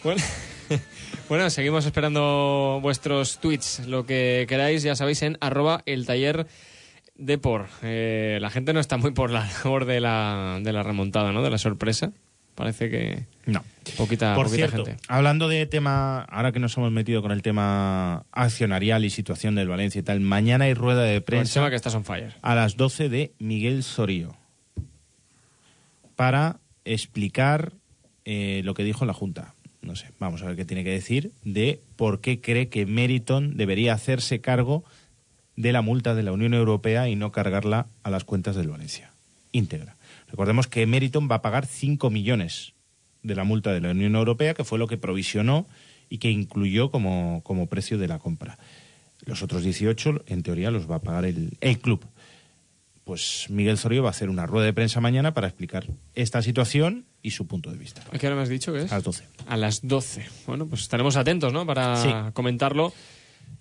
Speaker 1: Bueno, bueno, seguimos esperando vuestros tweets, lo que queráis, ya sabéis, en arroba el taller de por. Eh, la gente no está muy por la labor de la, de la remontada, ¿no? De la sorpresa. Parece que
Speaker 2: No.
Speaker 1: poquita,
Speaker 2: Por
Speaker 1: Ah, poquita
Speaker 2: cierto,
Speaker 1: gente.
Speaker 2: hablando de tema, ahora que nos hemos metido con el tema accionarial y situación del Valencia y tal, mañana hay rueda de
Speaker 1: Pero el
Speaker 2: prensa
Speaker 1: tema que estás on fire.
Speaker 2: a las 12 de Miguel Sorío para explicar eh, lo que dijo la Junta. No sé, vamos a ver qué tiene que decir de por qué cree que Meriton debería hacerse cargo de la multa de la Unión Europea y no cargarla a las cuentas del Valencia. Íntegra. Recordemos que Meriton va a pagar 5 millones de la multa de la Unión Europea, que fue lo que provisionó y que incluyó como, como precio de la compra. Los otros 18, en teoría, los va a pagar el, el club. Pues Miguel Zorio va a hacer una rueda de prensa mañana para explicar esta situación y su punto de vista.
Speaker 1: ¿A qué hora me has dicho que es?
Speaker 2: A las 12.
Speaker 1: A las 12. Bueno, pues estaremos atentos, ¿no? Para
Speaker 2: Sí.
Speaker 1: comentarlo.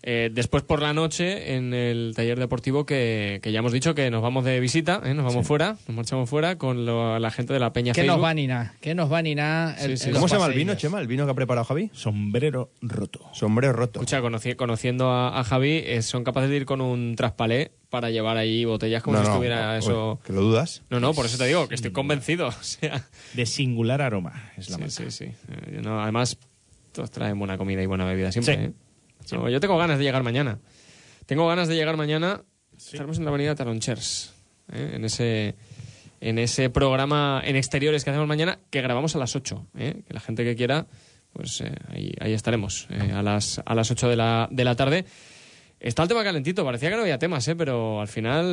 Speaker 1: eh, después por la noche en el taller deportivo que, que ya hemos dicho que nos vamos de visita, ¿eh? nos vamos fuera, nos marchamos fuera con lo- la gente de la Peña
Speaker 3: Que
Speaker 1: Facebook.
Speaker 3: nos va ni nada. Que nos va ni nada. el-
Speaker 1: Sí, sí.
Speaker 3: el-
Speaker 4: ¿Cómo
Speaker 3: los
Speaker 4: se llama el
Speaker 3: paseillos.
Speaker 4: vino, Chema? ¿El vino que ha preparado Javi?
Speaker 2: Sombrero roto.
Speaker 4: Sombrero roto.
Speaker 1: Escucha, conoci- conociendo a, a Javi, eh, son capaces de ir con un traspalé para llevar ahí botellas como
Speaker 4: No,
Speaker 1: si
Speaker 4: no,
Speaker 1: estuviera
Speaker 4: o-
Speaker 1: eso.
Speaker 4: ¿Que lo dudas? Mm.
Speaker 1: No, no, por eso te digo, que estoy convencido. O sea,
Speaker 2: De singular aroma es la
Speaker 1: sí, sí,
Speaker 2: marca.
Speaker 1: sí. Eh, no, además, todos traen buena comida y buena bebida siempre.
Speaker 2: Sí.
Speaker 1: ¿eh? No, yo tengo ganas de llegar mañana. Tengo ganas de llegar mañana. Estaremos en la avenida Talonchers, ¿eh? en ese en ese programa en exteriores que hacemos mañana, que grabamos a las 8. ¿eh? Que la gente que quiera, pues eh, ahí, ahí estaremos eh, a, las, a las 8 de la, de la tarde. Está el tema calentito, parecía que no había temas, ¿eh? pero al final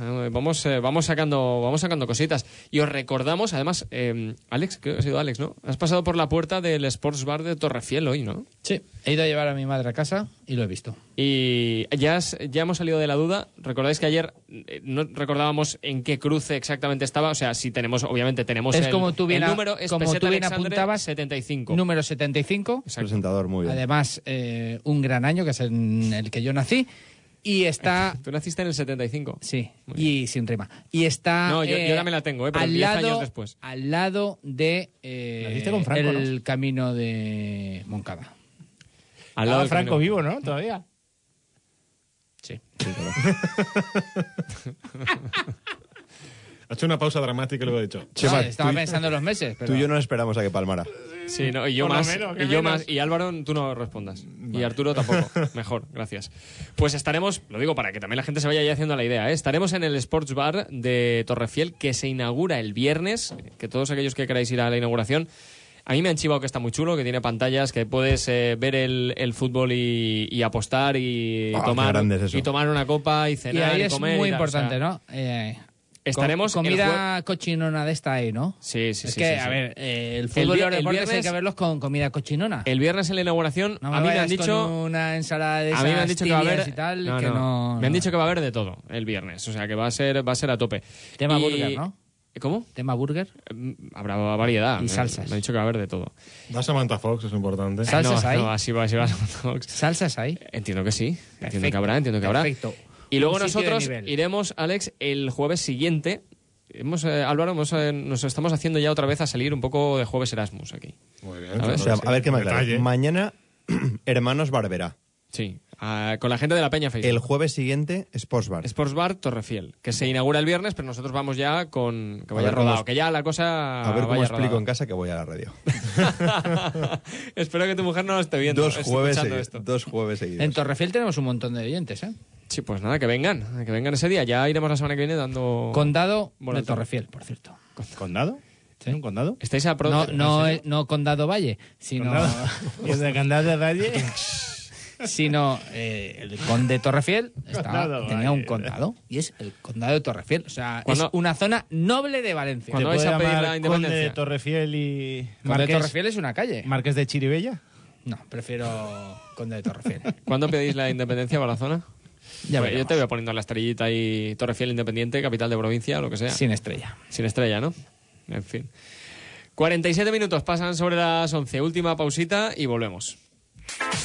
Speaker 1: eh, vamos, eh, vamos, sacando, vamos sacando cositas. Y os recordamos, además, eh, Alex, creo que ha sido Alex, ¿no? Has pasado por la puerta del Sports Bar de Torrefiel hoy, ¿no?
Speaker 3: Sí, he ido a llevar a mi madre a casa y lo he visto.
Speaker 1: Y ya, has- ya hemos salido de la duda. Recordáis que ayer eh, no recordábamos en qué cruce exactamente estaba. O sea, si tenemos, obviamente tenemos
Speaker 3: es
Speaker 1: el,
Speaker 3: como tú bien,
Speaker 1: el
Speaker 3: a-
Speaker 1: número, es
Speaker 3: como
Speaker 1: Peseta
Speaker 3: tú bien
Speaker 1: Alexandre,
Speaker 3: apuntabas,
Speaker 1: 75.
Speaker 3: número 75.
Speaker 4: Presentador, muy bien.
Speaker 3: Además, eh, un gran año, que es en el que yo nací. Y está.
Speaker 1: Tú naciste en el 75.
Speaker 3: Sí, y sin rima. Y está.
Speaker 1: No, yo,
Speaker 3: eh,
Speaker 1: yo ahora me la tengo, ¿eh? pero
Speaker 3: al
Speaker 1: 10
Speaker 3: lado,
Speaker 1: años después.
Speaker 3: Al lado de. eh,
Speaker 1: Naciste con Franco,
Speaker 3: el camino de Moncada.
Speaker 1: Al lado
Speaker 3: Ah,
Speaker 1: del
Speaker 3: Franco
Speaker 1: camino.
Speaker 3: vivo, ¿no? Todavía. Sí.
Speaker 5: Ha hecho una pausa dramática y luego ha dicho. "Ah,
Speaker 4: Chema,
Speaker 3: No, estaba
Speaker 4: tú y-
Speaker 3: pensando en los meses, pero.
Speaker 4: Tú y yo no esperamos a que palmara.
Speaker 1: Sí, no, y yo
Speaker 3: Por lo
Speaker 1: más.
Speaker 3: menos, ¿qué
Speaker 1: y yo
Speaker 3: menos?
Speaker 1: más. Y Álvaro, tú no respondas. Y Arturo tampoco. Mejor, gracias. Pues estaremos, lo digo para que también la gente se vaya ya haciendo la idea, ¿eh? estaremos en el Sports Bar de Torrefiel que se inaugura el viernes. Que todos aquellos que queráis ir a la inauguración. A mí me han chivado que está muy chulo, que tiene pantallas, que puedes eh, ver el, el fútbol y, y apostar y,
Speaker 4: Ah, qué
Speaker 1: tomar,
Speaker 4: grande es eso.
Speaker 1: y tomar una copa y
Speaker 3: y
Speaker 1: cenar
Speaker 3: ahí
Speaker 1: y,
Speaker 3: es
Speaker 1: comer.
Speaker 3: muy
Speaker 1: y tal, o sea,
Speaker 3: importante, ¿no? Eh,
Speaker 1: estaremos
Speaker 3: com-
Speaker 1: el
Speaker 3: comida cochinona de esta ahí, ¿no?
Speaker 1: Sí, sí,
Speaker 3: es
Speaker 1: sí,
Speaker 3: que,
Speaker 1: sí, sí.
Speaker 3: a ver, eh, el
Speaker 1: El
Speaker 3: fútbol y
Speaker 1: vi-
Speaker 3: los
Speaker 1: el
Speaker 3: deportes hay
Speaker 1: viernes-
Speaker 3: que verlos con comida cochinona.
Speaker 1: El viernes en la inauguración,
Speaker 3: No me
Speaker 1: a mí me han
Speaker 3: vayas
Speaker 1: dicho.
Speaker 3: con una ensalada de
Speaker 1: A mí me han
Speaker 3: esas
Speaker 1: dicho que va a
Speaker 3: tibias y
Speaker 1: haber
Speaker 3: tal,
Speaker 1: no,
Speaker 3: que
Speaker 1: no.
Speaker 3: no-
Speaker 1: Me han dicho que va a haber de todo el viernes, o sea que va a ser va a ser a tope.
Speaker 3: Tema
Speaker 1: Y-
Speaker 3: burger, ¿no?
Speaker 1: ¿Cómo?
Speaker 3: Tema burger.
Speaker 1: Mm, Habrá variedad.
Speaker 3: Y
Speaker 1: Me-
Speaker 3: salsas.
Speaker 1: Me han dicho que va a haber de todo.
Speaker 5: Da Samantha Fox, es importante.
Speaker 1: Ah, no, Eh, no, así va, así va.
Speaker 3: ¿Salsas ahí?
Speaker 1: Entiendo que sí. Entiendo que
Speaker 3: Perfecto,
Speaker 1: habrá, entiendo que habrá.
Speaker 3: perfecto.
Speaker 1: Y luego
Speaker 3: Un sitio de
Speaker 1: nosotros
Speaker 3: nivel.
Speaker 1: iremos, Alex, el jueves siguiente. Hemos, eh, Álvaro, hemos, eh, nos estamos haciendo ya otra vez a salir un poco de jueves Erasmus aquí.
Speaker 5: Muy bien.
Speaker 1: A ver.
Speaker 4: O sea, a ver qué me
Speaker 5: Detalle.
Speaker 4: aclara. Mañana, Hermanos Barbera.
Speaker 1: Sí, ah, con la gente de la Peña Facebook.
Speaker 4: El jueves siguiente, Sports Bar.
Speaker 1: Sports Bar Torrefiel, que se inaugura el viernes, pero nosotros vamos ya con que
Speaker 4: A
Speaker 1: vaya
Speaker 4: ver cómo
Speaker 1: rodado,
Speaker 4: es-
Speaker 1: que ya la cosa
Speaker 4: A ver cómo
Speaker 1: vaya
Speaker 4: explico
Speaker 1: rodada.
Speaker 4: en casa que voy a la radio.
Speaker 1: Espero que tu mujer no lo esté viendo.
Speaker 4: Dos
Speaker 1: esté
Speaker 4: jueves,
Speaker 1: escuchando
Speaker 4: segui-
Speaker 1: esto.
Speaker 4: dos jueves seguidos.
Speaker 3: En Torrefiel tenemos un montón de oyentes, ¿eh?
Speaker 1: Sí, pues nada, que vengan, que vengan ese día. Ya iremos la semana que viene dando.
Speaker 3: Condado de
Speaker 1: Volantín.
Speaker 3: Torrefiel, por cierto.
Speaker 2: ¿Condado? ¿Tiene un condado?
Speaker 1: Estáis a pro-
Speaker 3: No, no,
Speaker 1: ¿En serio?
Speaker 3: eh, no Condado Valle, sino,
Speaker 2: ¿Condado? ¿Y de condado de Valle?
Speaker 3: sino eh, el conde Torrefiel estaba-
Speaker 2: Condado
Speaker 3: tenía un condado y es el condado de Torrefiel. O sea,
Speaker 1: Cuando-
Speaker 3: es una zona noble de Valencia.
Speaker 1: Cuando
Speaker 3: ¿Te
Speaker 1: vais a
Speaker 3: puedo
Speaker 1: pedir
Speaker 3: llamar
Speaker 1: la
Speaker 2: Conde de
Speaker 1: independencia.
Speaker 2: Torrefiel y...
Speaker 3: Conde de
Speaker 2: Marqués-
Speaker 3: Torrefiel es una calle.
Speaker 2: ¿Marqués de Chiribella?
Speaker 3: No, prefiero Conde de Torrefiel.
Speaker 1: ¿Cuándo pedís la independencia para la zona?
Speaker 3: Ya
Speaker 1: Pues yo
Speaker 3: veremos.
Speaker 1: te voy a poniendo la estrellita y Torrefiel Independiente, capital de provincia, lo que sea.
Speaker 3: Sin estrella.
Speaker 1: Sin estrella, ¿no? En fin. 47 minutos pasan sobre las 11. Última pausita y volvemos.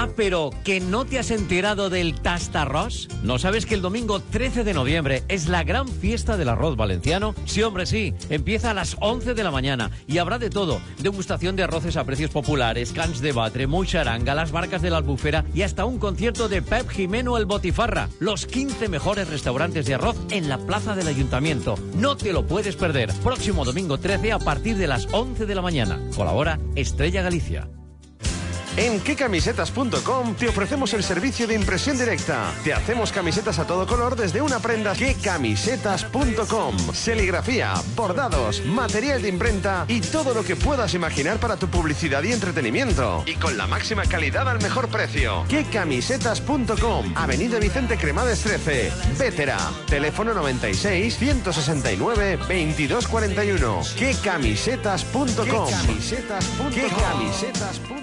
Speaker 13: Ah, pero ¿que no te has enterado del Tastarrós? ¿No sabes que el domingo 13 de noviembre es la gran fiesta del arroz valenciano? Sí, hombre, sí. Empieza a las 11 de la mañana y habrá de todo. Degustación de arroces a precios populares, cans de batre, mucharanga, las barcas de la albufera y hasta un concierto de Pep Jimeno el Botifarra. Los 15 mejores restaurantes de arroz en la plaza del ayuntamiento. No te lo puedes perder. Próximo domingo 13 a partir de las 11 de la mañana. Colabora Estrella Galicia.
Speaker 14: En quecamisetas.com te ofrecemos el servicio de impresión directa. Te hacemos camisetas a todo color desde una prenda. quecamisetas.com. Serigrafía, bordados, material de imprenta y todo lo que puedas imaginar para tu publicidad y entretenimiento. Y con la máxima calidad al mejor precio. quecamisetas.com. Avenida Vicente Cremades 13. Vétera. Teléfono 96 169 2241. quecamisetas.com. quecamisetas.com.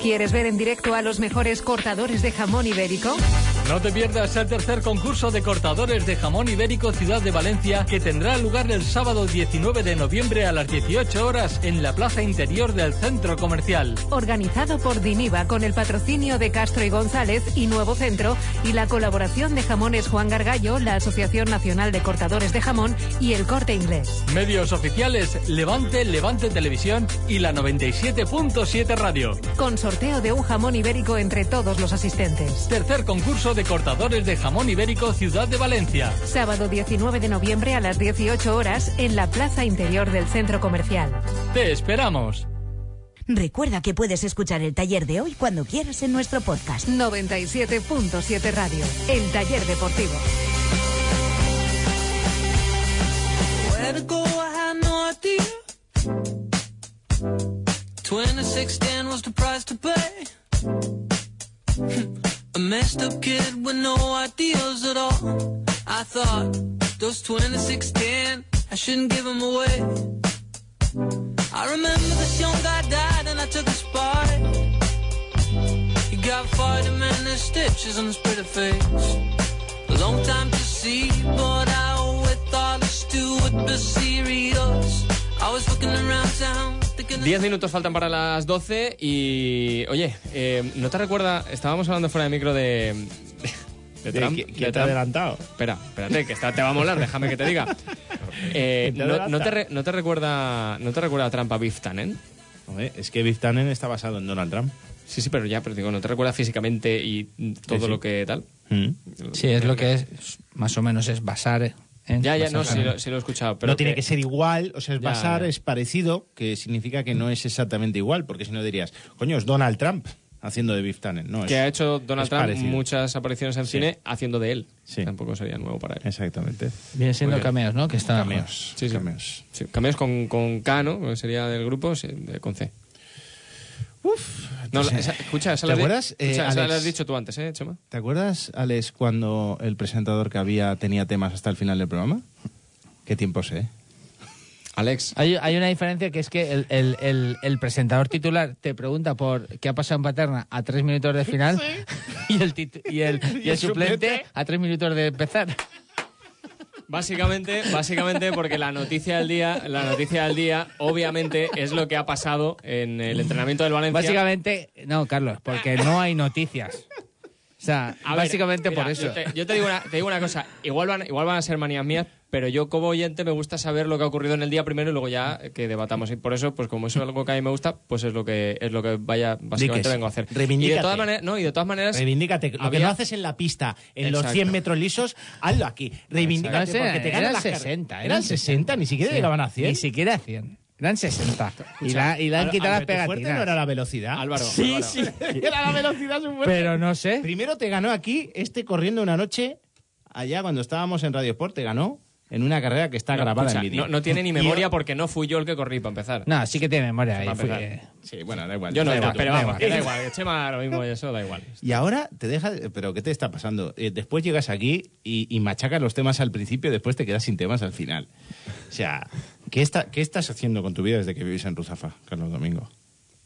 Speaker 15: ¿Quieres ver en directo a los mejores cortadores de jamón ibérico? No te pierdas el tercer concurso de cortadores de jamón ibérico Ciudad de Valencia que tendrá lugar el sábado 19 de noviembre a las 18 horas en la plaza interior del centro comercial.
Speaker 16: Organizado por Diniva con el patrocinio de Castro y González y Nuevo Centro y la colaboración de Jamones Juan Gargallo, la Asociación Nacional de Cortadores de Jamón y el Corte Inglés.
Speaker 15: Medios oficiales Levante, Levante Televisión y la 97.7 Radio.
Speaker 16: Con sorteo de un jamón ibérico entre todos los asistentes.
Speaker 15: Tercer concurso de cortadores de jamón ibérico Ciudad de Valencia.
Speaker 16: Sábado 19 de noviembre a las 18 horas en la plaza interior del centro comercial.
Speaker 15: Te esperamos.
Speaker 11: Recuerda que puedes escuchar el taller de hoy cuando quieras en nuestro podcast.
Speaker 16: 97.7 Radio, el taller deportivo.
Speaker 17: Where to go, I had no idea. 26 10 was the price to pay. A messed up kid with no ideals at all. I thought those 26 10, I shouldn't give them away. I remember this young guy died and I took his part. He got vitamin and stitches on his pretty face. A long time to see, but I always thought this dude would be serious. I was looking around town.
Speaker 1: Diez minutos faltan para las 12 y... Oye, eh, ¿no te recuerda? Estábamos hablando fuera de micro de...
Speaker 2: De qui- quién te ha
Speaker 1: Trump.
Speaker 2: adelantado?
Speaker 1: Espera, espérate, que esta te va a molar, déjame que te diga. Eh,
Speaker 2: ¿Quién te
Speaker 1: no,
Speaker 2: adelanta?
Speaker 1: no te re- no te recuerda, ¿No te recuerda Trump a Biff Tannen?
Speaker 2: Hombre, es que Biff Tannen está basado en Donald Trump.
Speaker 1: Sí, sí, pero ya, pero digo, ¿no te recuerda físicamente y mm, todo
Speaker 2: sí. Mm.
Speaker 1: lo que tal?
Speaker 3: Sí, es lo que es, más o menos es basar. en-
Speaker 1: Ya, ya, no,
Speaker 3: basar
Speaker 1: sí
Speaker 3: en-
Speaker 1: lo, sí lo he escuchado. Pero
Speaker 2: Pues no tiene que ser igual, o sea, es
Speaker 1: Ya,
Speaker 2: basar,
Speaker 1: ya.
Speaker 2: es parecido, que significa que no es exactamente igual, porque si no dirías, coño, es Donald Trump haciendo de Biff Tannen. No,
Speaker 1: Que
Speaker 2: es-
Speaker 1: ha hecho Donald
Speaker 2: es
Speaker 1: Trump
Speaker 2: parecido.
Speaker 1: muchas apariciones en cine haciendo de él. Tampoco sería nuevo para él.
Speaker 2: Exactamente.
Speaker 3: Viene siendo
Speaker 1: Muy bien.
Speaker 3: cameos, ¿no? Que está
Speaker 2: Cameos.
Speaker 1: Sí, sí.
Speaker 2: Cameos.
Speaker 1: Sí, cameos con, con K, ¿no? Que Sería del grupo, sí, de- con C. Uf. No,
Speaker 2: entonces,
Speaker 1: esa- escucha, esa
Speaker 2: ¿te
Speaker 1: la has di-
Speaker 2: acuerdas, eh,
Speaker 1: escucha, esa
Speaker 2: Alex?
Speaker 1: la has dicho tú antes, ¿eh, Chema?
Speaker 2: ¿Te acuerdas, Alex, cuando el presentador que había tenía temas hasta el final del programa? ¿Qué eh. tiempo sé?
Speaker 1: Alex.
Speaker 3: Hay, hay una diferencia que es que el, el- el- el presentador titular te pregunta por qué ha pasado en Paterna a tres minutos de final y el, tit- y el, y el
Speaker 1: Y el
Speaker 3: suplente,
Speaker 1: suplente.
Speaker 3: a tres minutos de empezar.
Speaker 1: Básicamente, básicamente porque la noticia del día, la noticia del día, obviamente, es lo que ha pasado en el entrenamiento del Valencia.
Speaker 3: Básicamente, no, Carlos, porque no hay noticias. O sea,
Speaker 1: A ver,
Speaker 3: básicamente
Speaker 1: mira,
Speaker 3: por eso.
Speaker 1: Yo te, yo te digo, una, te digo una cosa. Igual van, igual van a ser manías mías, pero yo como oyente me gusta saber lo que ha ocurrido en el día primero y luego ya eh, que debatamos. Y por eso, pues como eso es algo que a mí me gusta, pues es lo que es lo que vaya básicamente
Speaker 2: Di que sí.
Speaker 1: vengo a hacer. Y de
Speaker 2: Reivindícate.
Speaker 1: todas maneras, no, y de todas maneras
Speaker 2: Reivindícate. Lo que
Speaker 1: había-
Speaker 2: no haces en la pista, en los
Speaker 1: Exacto.
Speaker 2: 100 metros lisos, hazlo aquí. Reivindícate
Speaker 3: Exacto.
Speaker 2: porque te
Speaker 3: Eran
Speaker 2: ganan las
Speaker 3: 60,
Speaker 2: carreras.
Speaker 3: eran
Speaker 2: Eran 60, ni siquiera
Speaker 3: Sí.
Speaker 2: llegaban a 100.
Speaker 3: Ni siquiera 100. Eran 60. Y la, y la han
Speaker 2: Al-
Speaker 3: quitado las
Speaker 2: Alberto Fuerte
Speaker 3: pegatinas.
Speaker 2: no era la velocidad.
Speaker 3: Álvaro,
Speaker 2: Sí,
Speaker 3: Álvaro.
Speaker 2: sí. Era la velocidad su fuerte.
Speaker 3: Pero no sé.
Speaker 2: Primero te ganó aquí, este corriendo una noche, allá cuando estábamos en Radio Sport, te ganó en una carrera que está
Speaker 1: No,
Speaker 2: grabada
Speaker 1: escucha,
Speaker 2: en vídeo.
Speaker 1: no, no tiene ni
Speaker 2: Y-
Speaker 1: memoria porque no fui yo el que corrí para empezar.
Speaker 3: No, sí que tiene memoria. ahí
Speaker 1: Para
Speaker 3: fue-
Speaker 1: empezar.
Speaker 2: Sí, bueno, da igual.
Speaker 1: Yo no
Speaker 2: Da
Speaker 1: era,
Speaker 2: igual,
Speaker 1: pero
Speaker 2: da
Speaker 1: vamos,
Speaker 2: igual.
Speaker 1: que da igual. que Chema, lo mismo, eso da igual.
Speaker 2: Y ahora te deja. ¿Pero qué te está pasando? Eh, después llegas aquí y, y machacas los temas al principio, después te quedas sin temas al final. O sea, ¿qué, está- qué estás haciendo con tu vida desde que vivís en Ruzafa, Carlos Domingo?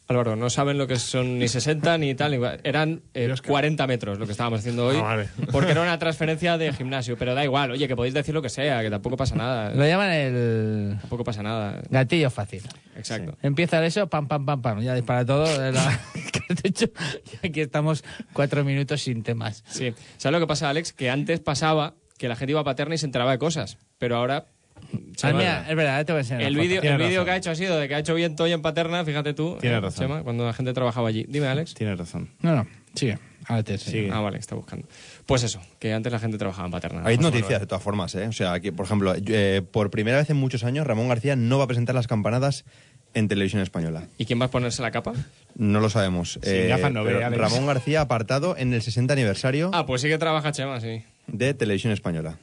Speaker 1: Álvaro, no saben lo que son ni 60 ni tal. ni cual. Eran eh, 40 metros lo que estábamos haciendo hoy.
Speaker 5: Ah, vale.
Speaker 1: Porque era una transferencia de gimnasio. Pero da igual, oye, que podéis decir lo que sea, que tampoco pasa nada.
Speaker 3: Lo llaman el
Speaker 1: Tampoco pasa nada.
Speaker 3: gatillo fácil.
Speaker 1: Exacto.
Speaker 3: Empieza eso, pam, pam, pam, pam. Ya dispara todo. la- que has hecho. Y aquí estamos cuatro minutos sin temas.
Speaker 1: Sí. ¿Sabes lo que pasa, Alex? Que antes pasaba que la gente iba a paterna y se enteraba de cosas. Pero ahora.
Speaker 3: Ah,
Speaker 1: Chema,
Speaker 3: mira, es verdad, eh, te voy a enseñar.
Speaker 1: el
Speaker 3: la foto.
Speaker 1: vídeo el vídeo que ha hecho ha sido de que ha hecho viento hoy en paterna, fíjate tú.
Speaker 3: Tienes
Speaker 1: eh,
Speaker 3: razón.
Speaker 1: Chema, cuando la gente trabajaba allí. Dime, Alex.
Speaker 2: Tienes razón.
Speaker 3: No, no, sigue. Ahora te enseño.
Speaker 1: Ah, vale, está buscando. Pues eso, que antes la gente trabajaba en paterna.
Speaker 4: Hay
Speaker 1: Pues bueno,
Speaker 4: noticias de todas formas, ¿eh? O sea, aquí, por ejemplo, yo, eh, por primera vez en muchos años, Ramón García no va a presentar las campanadas en televisión española.
Speaker 1: ¿Y quién va a ponerse la capa?
Speaker 4: No lo sabemos. Eh,
Speaker 1: gafas no ve,
Speaker 4: pero
Speaker 1: Alex.
Speaker 4: Ramón García apartado en el 60 aniversario
Speaker 1: Ah, pues sí que trabaja Chema, sí.
Speaker 4: de televisión española.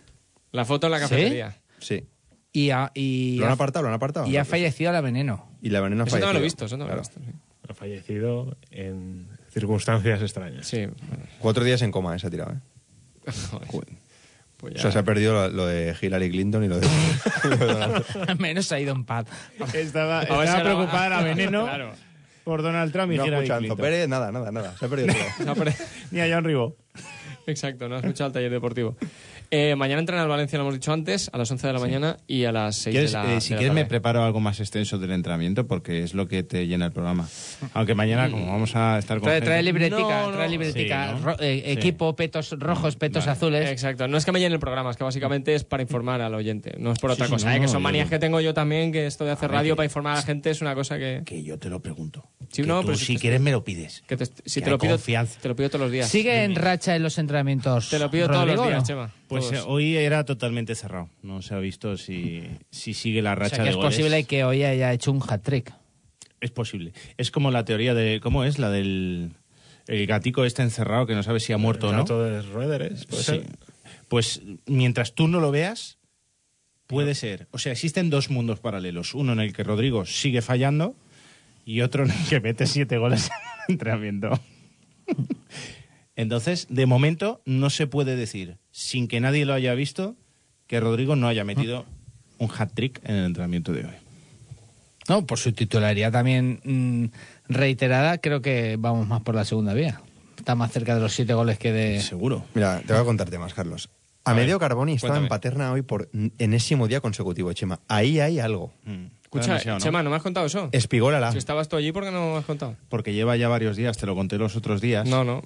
Speaker 1: La foto en la
Speaker 4: ¿Sí?
Speaker 1: cafetería.
Speaker 4: Sí.
Speaker 3: Y, ha, y,
Speaker 4: Lo han
Speaker 3: ha-
Speaker 4: apartado, lo han apartado.
Speaker 3: y ha fallecido la veneno.
Speaker 4: Y la veneno ha
Speaker 1: Eso no
Speaker 4: fallecido.
Speaker 1: lo he visto, eso no lo he visto.
Speaker 5: Ha fallecido en circunstancias extrañas.
Speaker 1: Sí.
Speaker 4: Cuatro días en coma, eh, esa tirada.
Speaker 1: Pues
Speaker 4: ¿eh? O sea, se ha perdido lo, lo de Hillary Clinton y lo de... lo de Donald Trump.
Speaker 3: Al menos ha ido en paz.
Speaker 4: A
Speaker 2: Estaba,
Speaker 4: ver si
Speaker 2: Ah, estaba
Speaker 4: ahora-
Speaker 2: preocupada la veneno
Speaker 4: Claro.
Speaker 2: por Donald Trump y
Speaker 4: No
Speaker 2: Hillary
Speaker 4: escucha Enzo
Speaker 2: Clinton.
Speaker 4: Pérez, nada, nada, nada. Se ha perdido todo.
Speaker 2: Ni a John Ribó.
Speaker 1: Exacto, no has escuchado el taller deportivo. Eh, mañana entran al Valencia, lo hemos dicho antes, a las 11 de la mañana y a las 6
Speaker 18: ¿Quieres,
Speaker 1: de la
Speaker 18: eh, si
Speaker 1: de la
Speaker 18: quieres me
Speaker 1: tarde.
Speaker 18: preparo algo más extenso del entrenamiento porque es lo que te llena el programa. Aunque mañana como vamos a estar con...
Speaker 3: Trae,
Speaker 18: gente-
Speaker 3: trae libretica,
Speaker 1: No, no.
Speaker 3: trae libretica.
Speaker 18: Sí, ¿no?
Speaker 3: Ro- eh,
Speaker 18: Sí.
Speaker 3: Equipo, petos rojos, petos
Speaker 1: Vale.
Speaker 3: azules.
Speaker 1: Exacto, no es que me llene el programa, es que básicamente es para informar al oyente, no es por
Speaker 3: Sí,
Speaker 1: otra
Speaker 3: sí,
Speaker 1: cosa,
Speaker 3: no,
Speaker 1: ¿eh? que
Speaker 3: no,
Speaker 1: son
Speaker 3: yo-
Speaker 1: manías que tengo yo también, que esto de hacer
Speaker 2: A ver,
Speaker 1: radio
Speaker 2: que-
Speaker 1: para informar a la gente es una cosa que...
Speaker 2: Que yo te lo pregunto.
Speaker 1: Sí,
Speaker 2: Que
Speaker 1: no,
Speaker 2: tú,
Speaker 1: pero
Speaker 2: si
Speaker 1: te-
Speaker 2: quieres, me lo pides.
Speaker 1: que te- si
Speaker 2: que
Speaker 1: te lo
Speaker 2: hay
Speaker 1: pido,
Speaker 2: confianza.
Speaker 1: te lo pido todos los días.
Speaker 3: ¿Sigue en racha en los entrenamientos?
Speaker 1: Te lo pido todos los
Speaker 3: Rodrigo,
Speaker 1: días,
Speaker 3: ¿no?
Speaker 1: Chema.
Speaker 2: Pues
Speaker 1: Todos.
Speaker 2: eh, hoy era totalmente cerrado. No se ha visto si, si sigue la
Speaker 3: O
Speaker 2: racha
Speaker 3: sea, que
Speaker 2: de
Speaker 3: es
Speaker 2: goles.
Speaker 3: posible que hoy haya hecho un hat-trick.
Speaker 2: Es posible. Es como la teoría de... ¿Cómo es? La del... El gatico este encerrado que no sabe si ha muerto o no.
Speaker 6: Gato de Roederes, puede
Speaker 2: Sí.
Speaker 6: ser.
Speaker 2: Pues mientras tú no lo veas, puede ser. O sea, existen dos mundos paralelos. Uno en el que Rodrigo sigue fallando y otro en el que mete siete goles en el entrenamiento. Entonces, de momento, no se puede decir, sin que nadie lo haya visto, que Rodrigo no haya metido un hat-trick en el entrenamiento de hoy.
Speaker 3: No, por su titularidad también mm, reiterada, creo que vamos más por la segunda vía. Está más cerca de los siete goles que de...
Speaker 2: Seguro.
Speaker 4: Mira, te voy a contarte temas, Carlos. A,
Speaker 3: A ver,
Speaker 4: medio Carboni estaba
Speaker 3: cuéntame.
Speaker 4: en Paterna hoy por enésimo día consecutivo, Chema. Ahí hay algo.
Speaker 1: Mm. Escucha, Chema, ¿no me has contado eso?
Speaker 4: Espigola.
Speaker 1: Si estabas tú allí, ¿por qué no me has contado?
Speaker 2: Porque lleva ya varios días, te lo conté los otros días.
Speaker 1: No, no.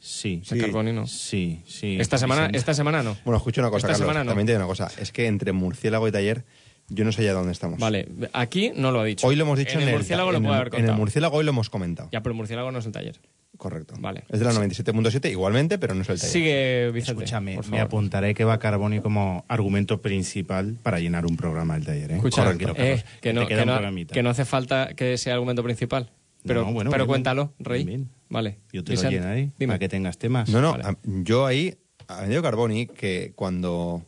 Speaker 2: Sí.
Speaker 1: Sí. Carboni no.
Speaker 2: Sí, sí.
Speaker 1: Esta semana, esta semana no.
Speaker 4: Bueno, escucha una cosa,
Speaker 1: Esta
Speaker 4: Carlos.
Speaker 1: semana no.
Speaker 4: También te digo una cosa. Es que entre murciélago y taller, yo no sé ya dónde estamos.
Speaker 1: Vale, aquí no lo ha dicho.
Speaker 4: Hoy lo hemos dicho en,
Speaker 1: el murciélago lo
Speaker 4: en
Speaker 1: puede
Speaker 4: el-
Speaker 1: haber
Speaker 4: En
Speaker 1: contado.
Speaker 4: el murciélago hoy lo hemos comentado.
Speaker 1: Ya, pero el murciélago no es el taller.
Speaker 4: Correcto.
Speaker 1: Vale.
Speaker 4: Es de la 97.7 igualmente, pero no es el taller.
Speaker 1: Sigue, Vicente.
Speaker 2: Escúchame,
Speaker 1: por
Speaker 2: me
Speaker 1: favor.
Speaker 2: apuntaré que va Carboni como argumento principal para llenar un programa del taller. ¿eh?
Speaker 1: Escucha,
Speaker 2: Tranquilo,
Speaker 1: eh, que,
Speaker 2: Carlos, te
Speaker 1: no,
Speaker 2: queda
Speaker 1: que
Speaker 2: un
Speaker 1: no-
Speaker 2: programita.
Speaker 1: que no hace falta que sea argumento principal. Pero,
Speaker 2: No, bueno,
Speaker 1: pero
Speaker 2: bien,
Speaker 1: cuéntalo, Rey.
Speaker 2: bien.
Speaker 1: Vale.
Speaker 2: Yo te
Speaker 1: Vicente,
Speaker 4: ¿eh?
Speaker 2: lo lleno ahí
Speaker 1: dime.
Speaker 2: para que tengas temas.
Speaker 4: No, no,
Speaker 2: Vale.
Speaker 4: a- yo ahí, a Medio Carboni, que cuando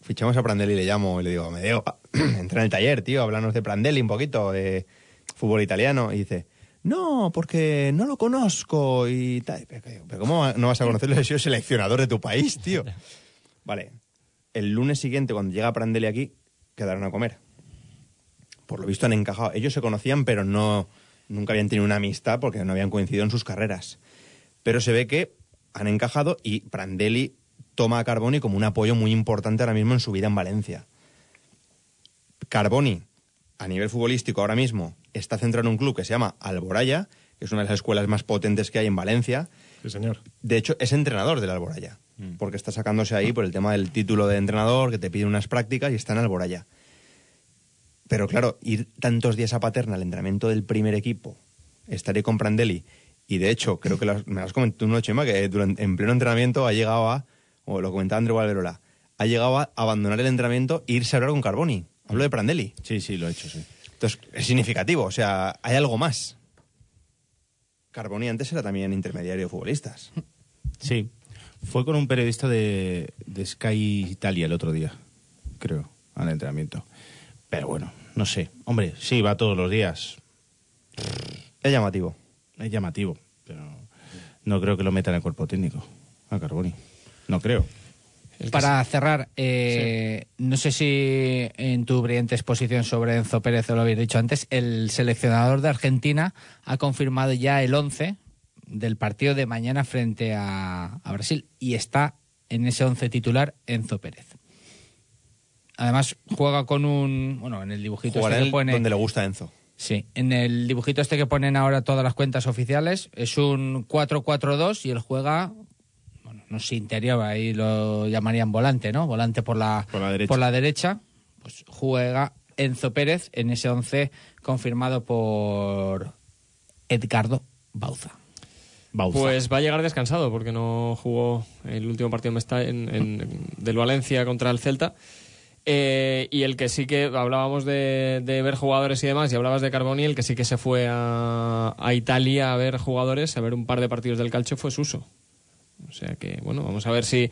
Speaker 4: fichamos a Prandelli le llamo y le digo, Medio, entra en el taller, tío, háblanos de Prandelli un poquito, de fútbol italiano, y dice, no, porque no lo conozco y tal. Pero, que digo, "¿Pero ¿cómo va- no vas a conocerlo si eres seleccionador de tu país, tío? Vale, el lunes siguiente, cuando llega Prandelli aquí, quedaron a comer. Por lo visto han encajado. Ellos se conocían, pero no nunca habían tenido una amistad porque no habían coincidido en sus carreras. Pero se ve que han encajado y Prandelli toma a Carboni como un apoyo muy importante ahora mismo en su vida en Valencia. Carboni, a nivel futbolístico ahora mismo, está centrado en un club que se llama Alboraya, que es una de las escuelas más potentes que hay en Valencia.
Speaker 6: Sí, señor.
Speaker 4: De hecho, es entrenador del Alboraya,
Speaker 2: Mm.
Speaker 4: porque está sacándose ahí por el tema del título de entrenador, que te piden unas prácticas y está en Alboraya. Pero claro, ir tantos días a Paterna al entrenamiento del primer equipo, estaré con Prandelli, y de hecho, creo que lo has- me lo has comentado un Chema, que durante, en pleno entrenamiento ha llegado a, o lo comentaba André Valverola, ha llegado a abandonar el entrenamiento e irse a hablar con Carboni. Hablo de Prandelli.
Speaker 2: Sí, sí, lo he hecho, sí.
Speaker 4: Entonces, es significativo, o sea, hay algo más. Carboni antes era también intermediario de futbolistas.
Speaker 2: Sí. Fue con un periodista de, de Sky Italia el otro día, creo, al entrenamiento. Pero bueno, no sé. Hombre, sí, va todos los días.
Speaker 4: Es llamativo.
Speaker 2: Es llamativo, pero no creo que lo metan en el cuerpo técnico a Carboni. No creo.
Speaker 3: Para cerrar, eh, no sé si en tu brillante exposición sobre Enzo Pérez lo habéis dicho antes, el seleccionador de Argentina ha confirmado ya el 11 del partido de mañana frente a, a Brasil y está en ese 11 titular Enzo Pérez. Además juega con un... Bueno, en el dibujito
Speaker 4: Jugará
Speaker 3: este
Speaker 4: en
Speaker 3: que pone...
Speaker 4: donde le gusta a Enzo.
Speaker 3: Sí, en el dibujito este que ponen ahora todas las cuentas oficiales es un 4-4-2 y él juega, bueno, no sé, interior, ahí lo llamarían volante, ¿no? Volante por la, por la, derecha. Pues juega Enzo Pérez en ese 11 confirmado por Edgardo Bauza.
Speaker 1: Pues va a llegar descansado porque no jugó el último partido en Mestalla- en- en- del Valencia contra el Celta. Eh, y el que sí que hablábamos de, de ver jugadores y demás, y hablabas de Carboni, el que sí que se fue a, a Italia a ver jugadores, a ver un par de partidos del calcio, fue Suso. O sea que, bueno, vamos a ver si.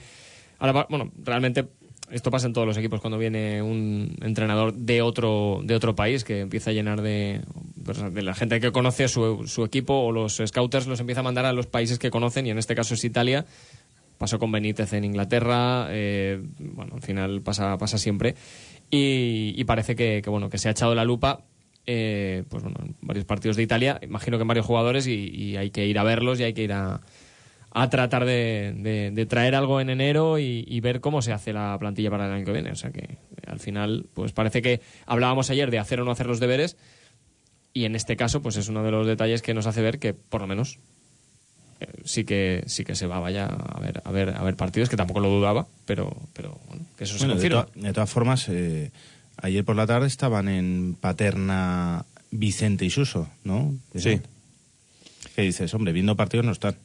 Speaker 1: Ahora, va- bueno, realmente esto pasa en todos los equipos cuando viene un entrenador de otro, de otro país que empieza a llenar de, pues, de la gente que conoce su, su equipo o los scouters los empieza a mandar a los países que conocen y en este caso es Italia. Pasó con Benítez en Inglaterra, eh, bueno, al final pasa, pasa siempre. Y, y parece que, que, bueno, que se ha echado la lupa eh, pues bueno, en varios partidos de Italia, imagino que en varios jugadores y, y hay que ir a verlos y hay que ir a, a tratar de, de- de traer algo en enero y, y ver cómo se hace la plantilla para el año que viene. O sea que eh, al final, pues parece que hablábamos ayer de hacer o no hacer los deberes y en este caso, pues es uno de los detalles que nos hace ver que por lo menos eh, sí que sí que se va vaya a ver a ver a ver partidos que tampoco lo dudaba, pero pero bueno, que eso
Speaker 2: Bueno,
Speaker 1: se
Speaker 2: de,
Speaker 1: confirma.
Speaker 2: to- de todas formas, eh, ayer por la tarde estaban en Paterna Vicente y Suso, ¿no? Sí. ¿Qué dices? Hombre, viendo partidos no están.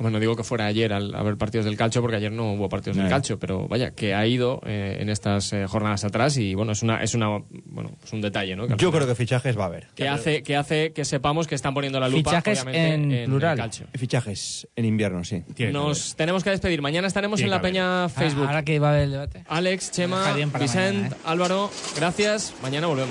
Speaker 1: Bueno, digo que fuera ayer al haber partidos del calcio, porque ayer no hubo partidos del
Speaker 2: Ya.
Speaker 1: calcio, pero vaya, que ha ido eh, en estas eh, jornadas atrás y bueno, es una, es una bueno, es un detalle, ¿no? Que al
Speaker 4: Yo
Speaker 1: final-
Speaker 4: creo que fichajes va a haber.
Speaker 1: que hace, que hace que sepamos que están poniendo la lupa
Speaker 4: Fichajes
Speaker 1: obviamente,
Speaker 4: en
Speaker 1: el
Speaker 4: plural.
Speaker 1: calcio.
Speaker 4: Fichajes en invierno, sí.
Speaker 1: Nos tenemos que despedir. Mañana estaremos
Speaker 4: Tiene
Speaker 1: en la
Speaker 4: que haber.
Speaker 1: peña Facebook.
Speaker 3: Ahora que va a haber el debate.
Speaker 1: Alex,
Speaker 3: Deja
Speaker 1: Chema,
Speaker 3: bien para
Speaker 1: Vicent,
Speaker 3: mañana, ¿eh?
Speaker 1: Álvaro, gracias. Mañana volvemos.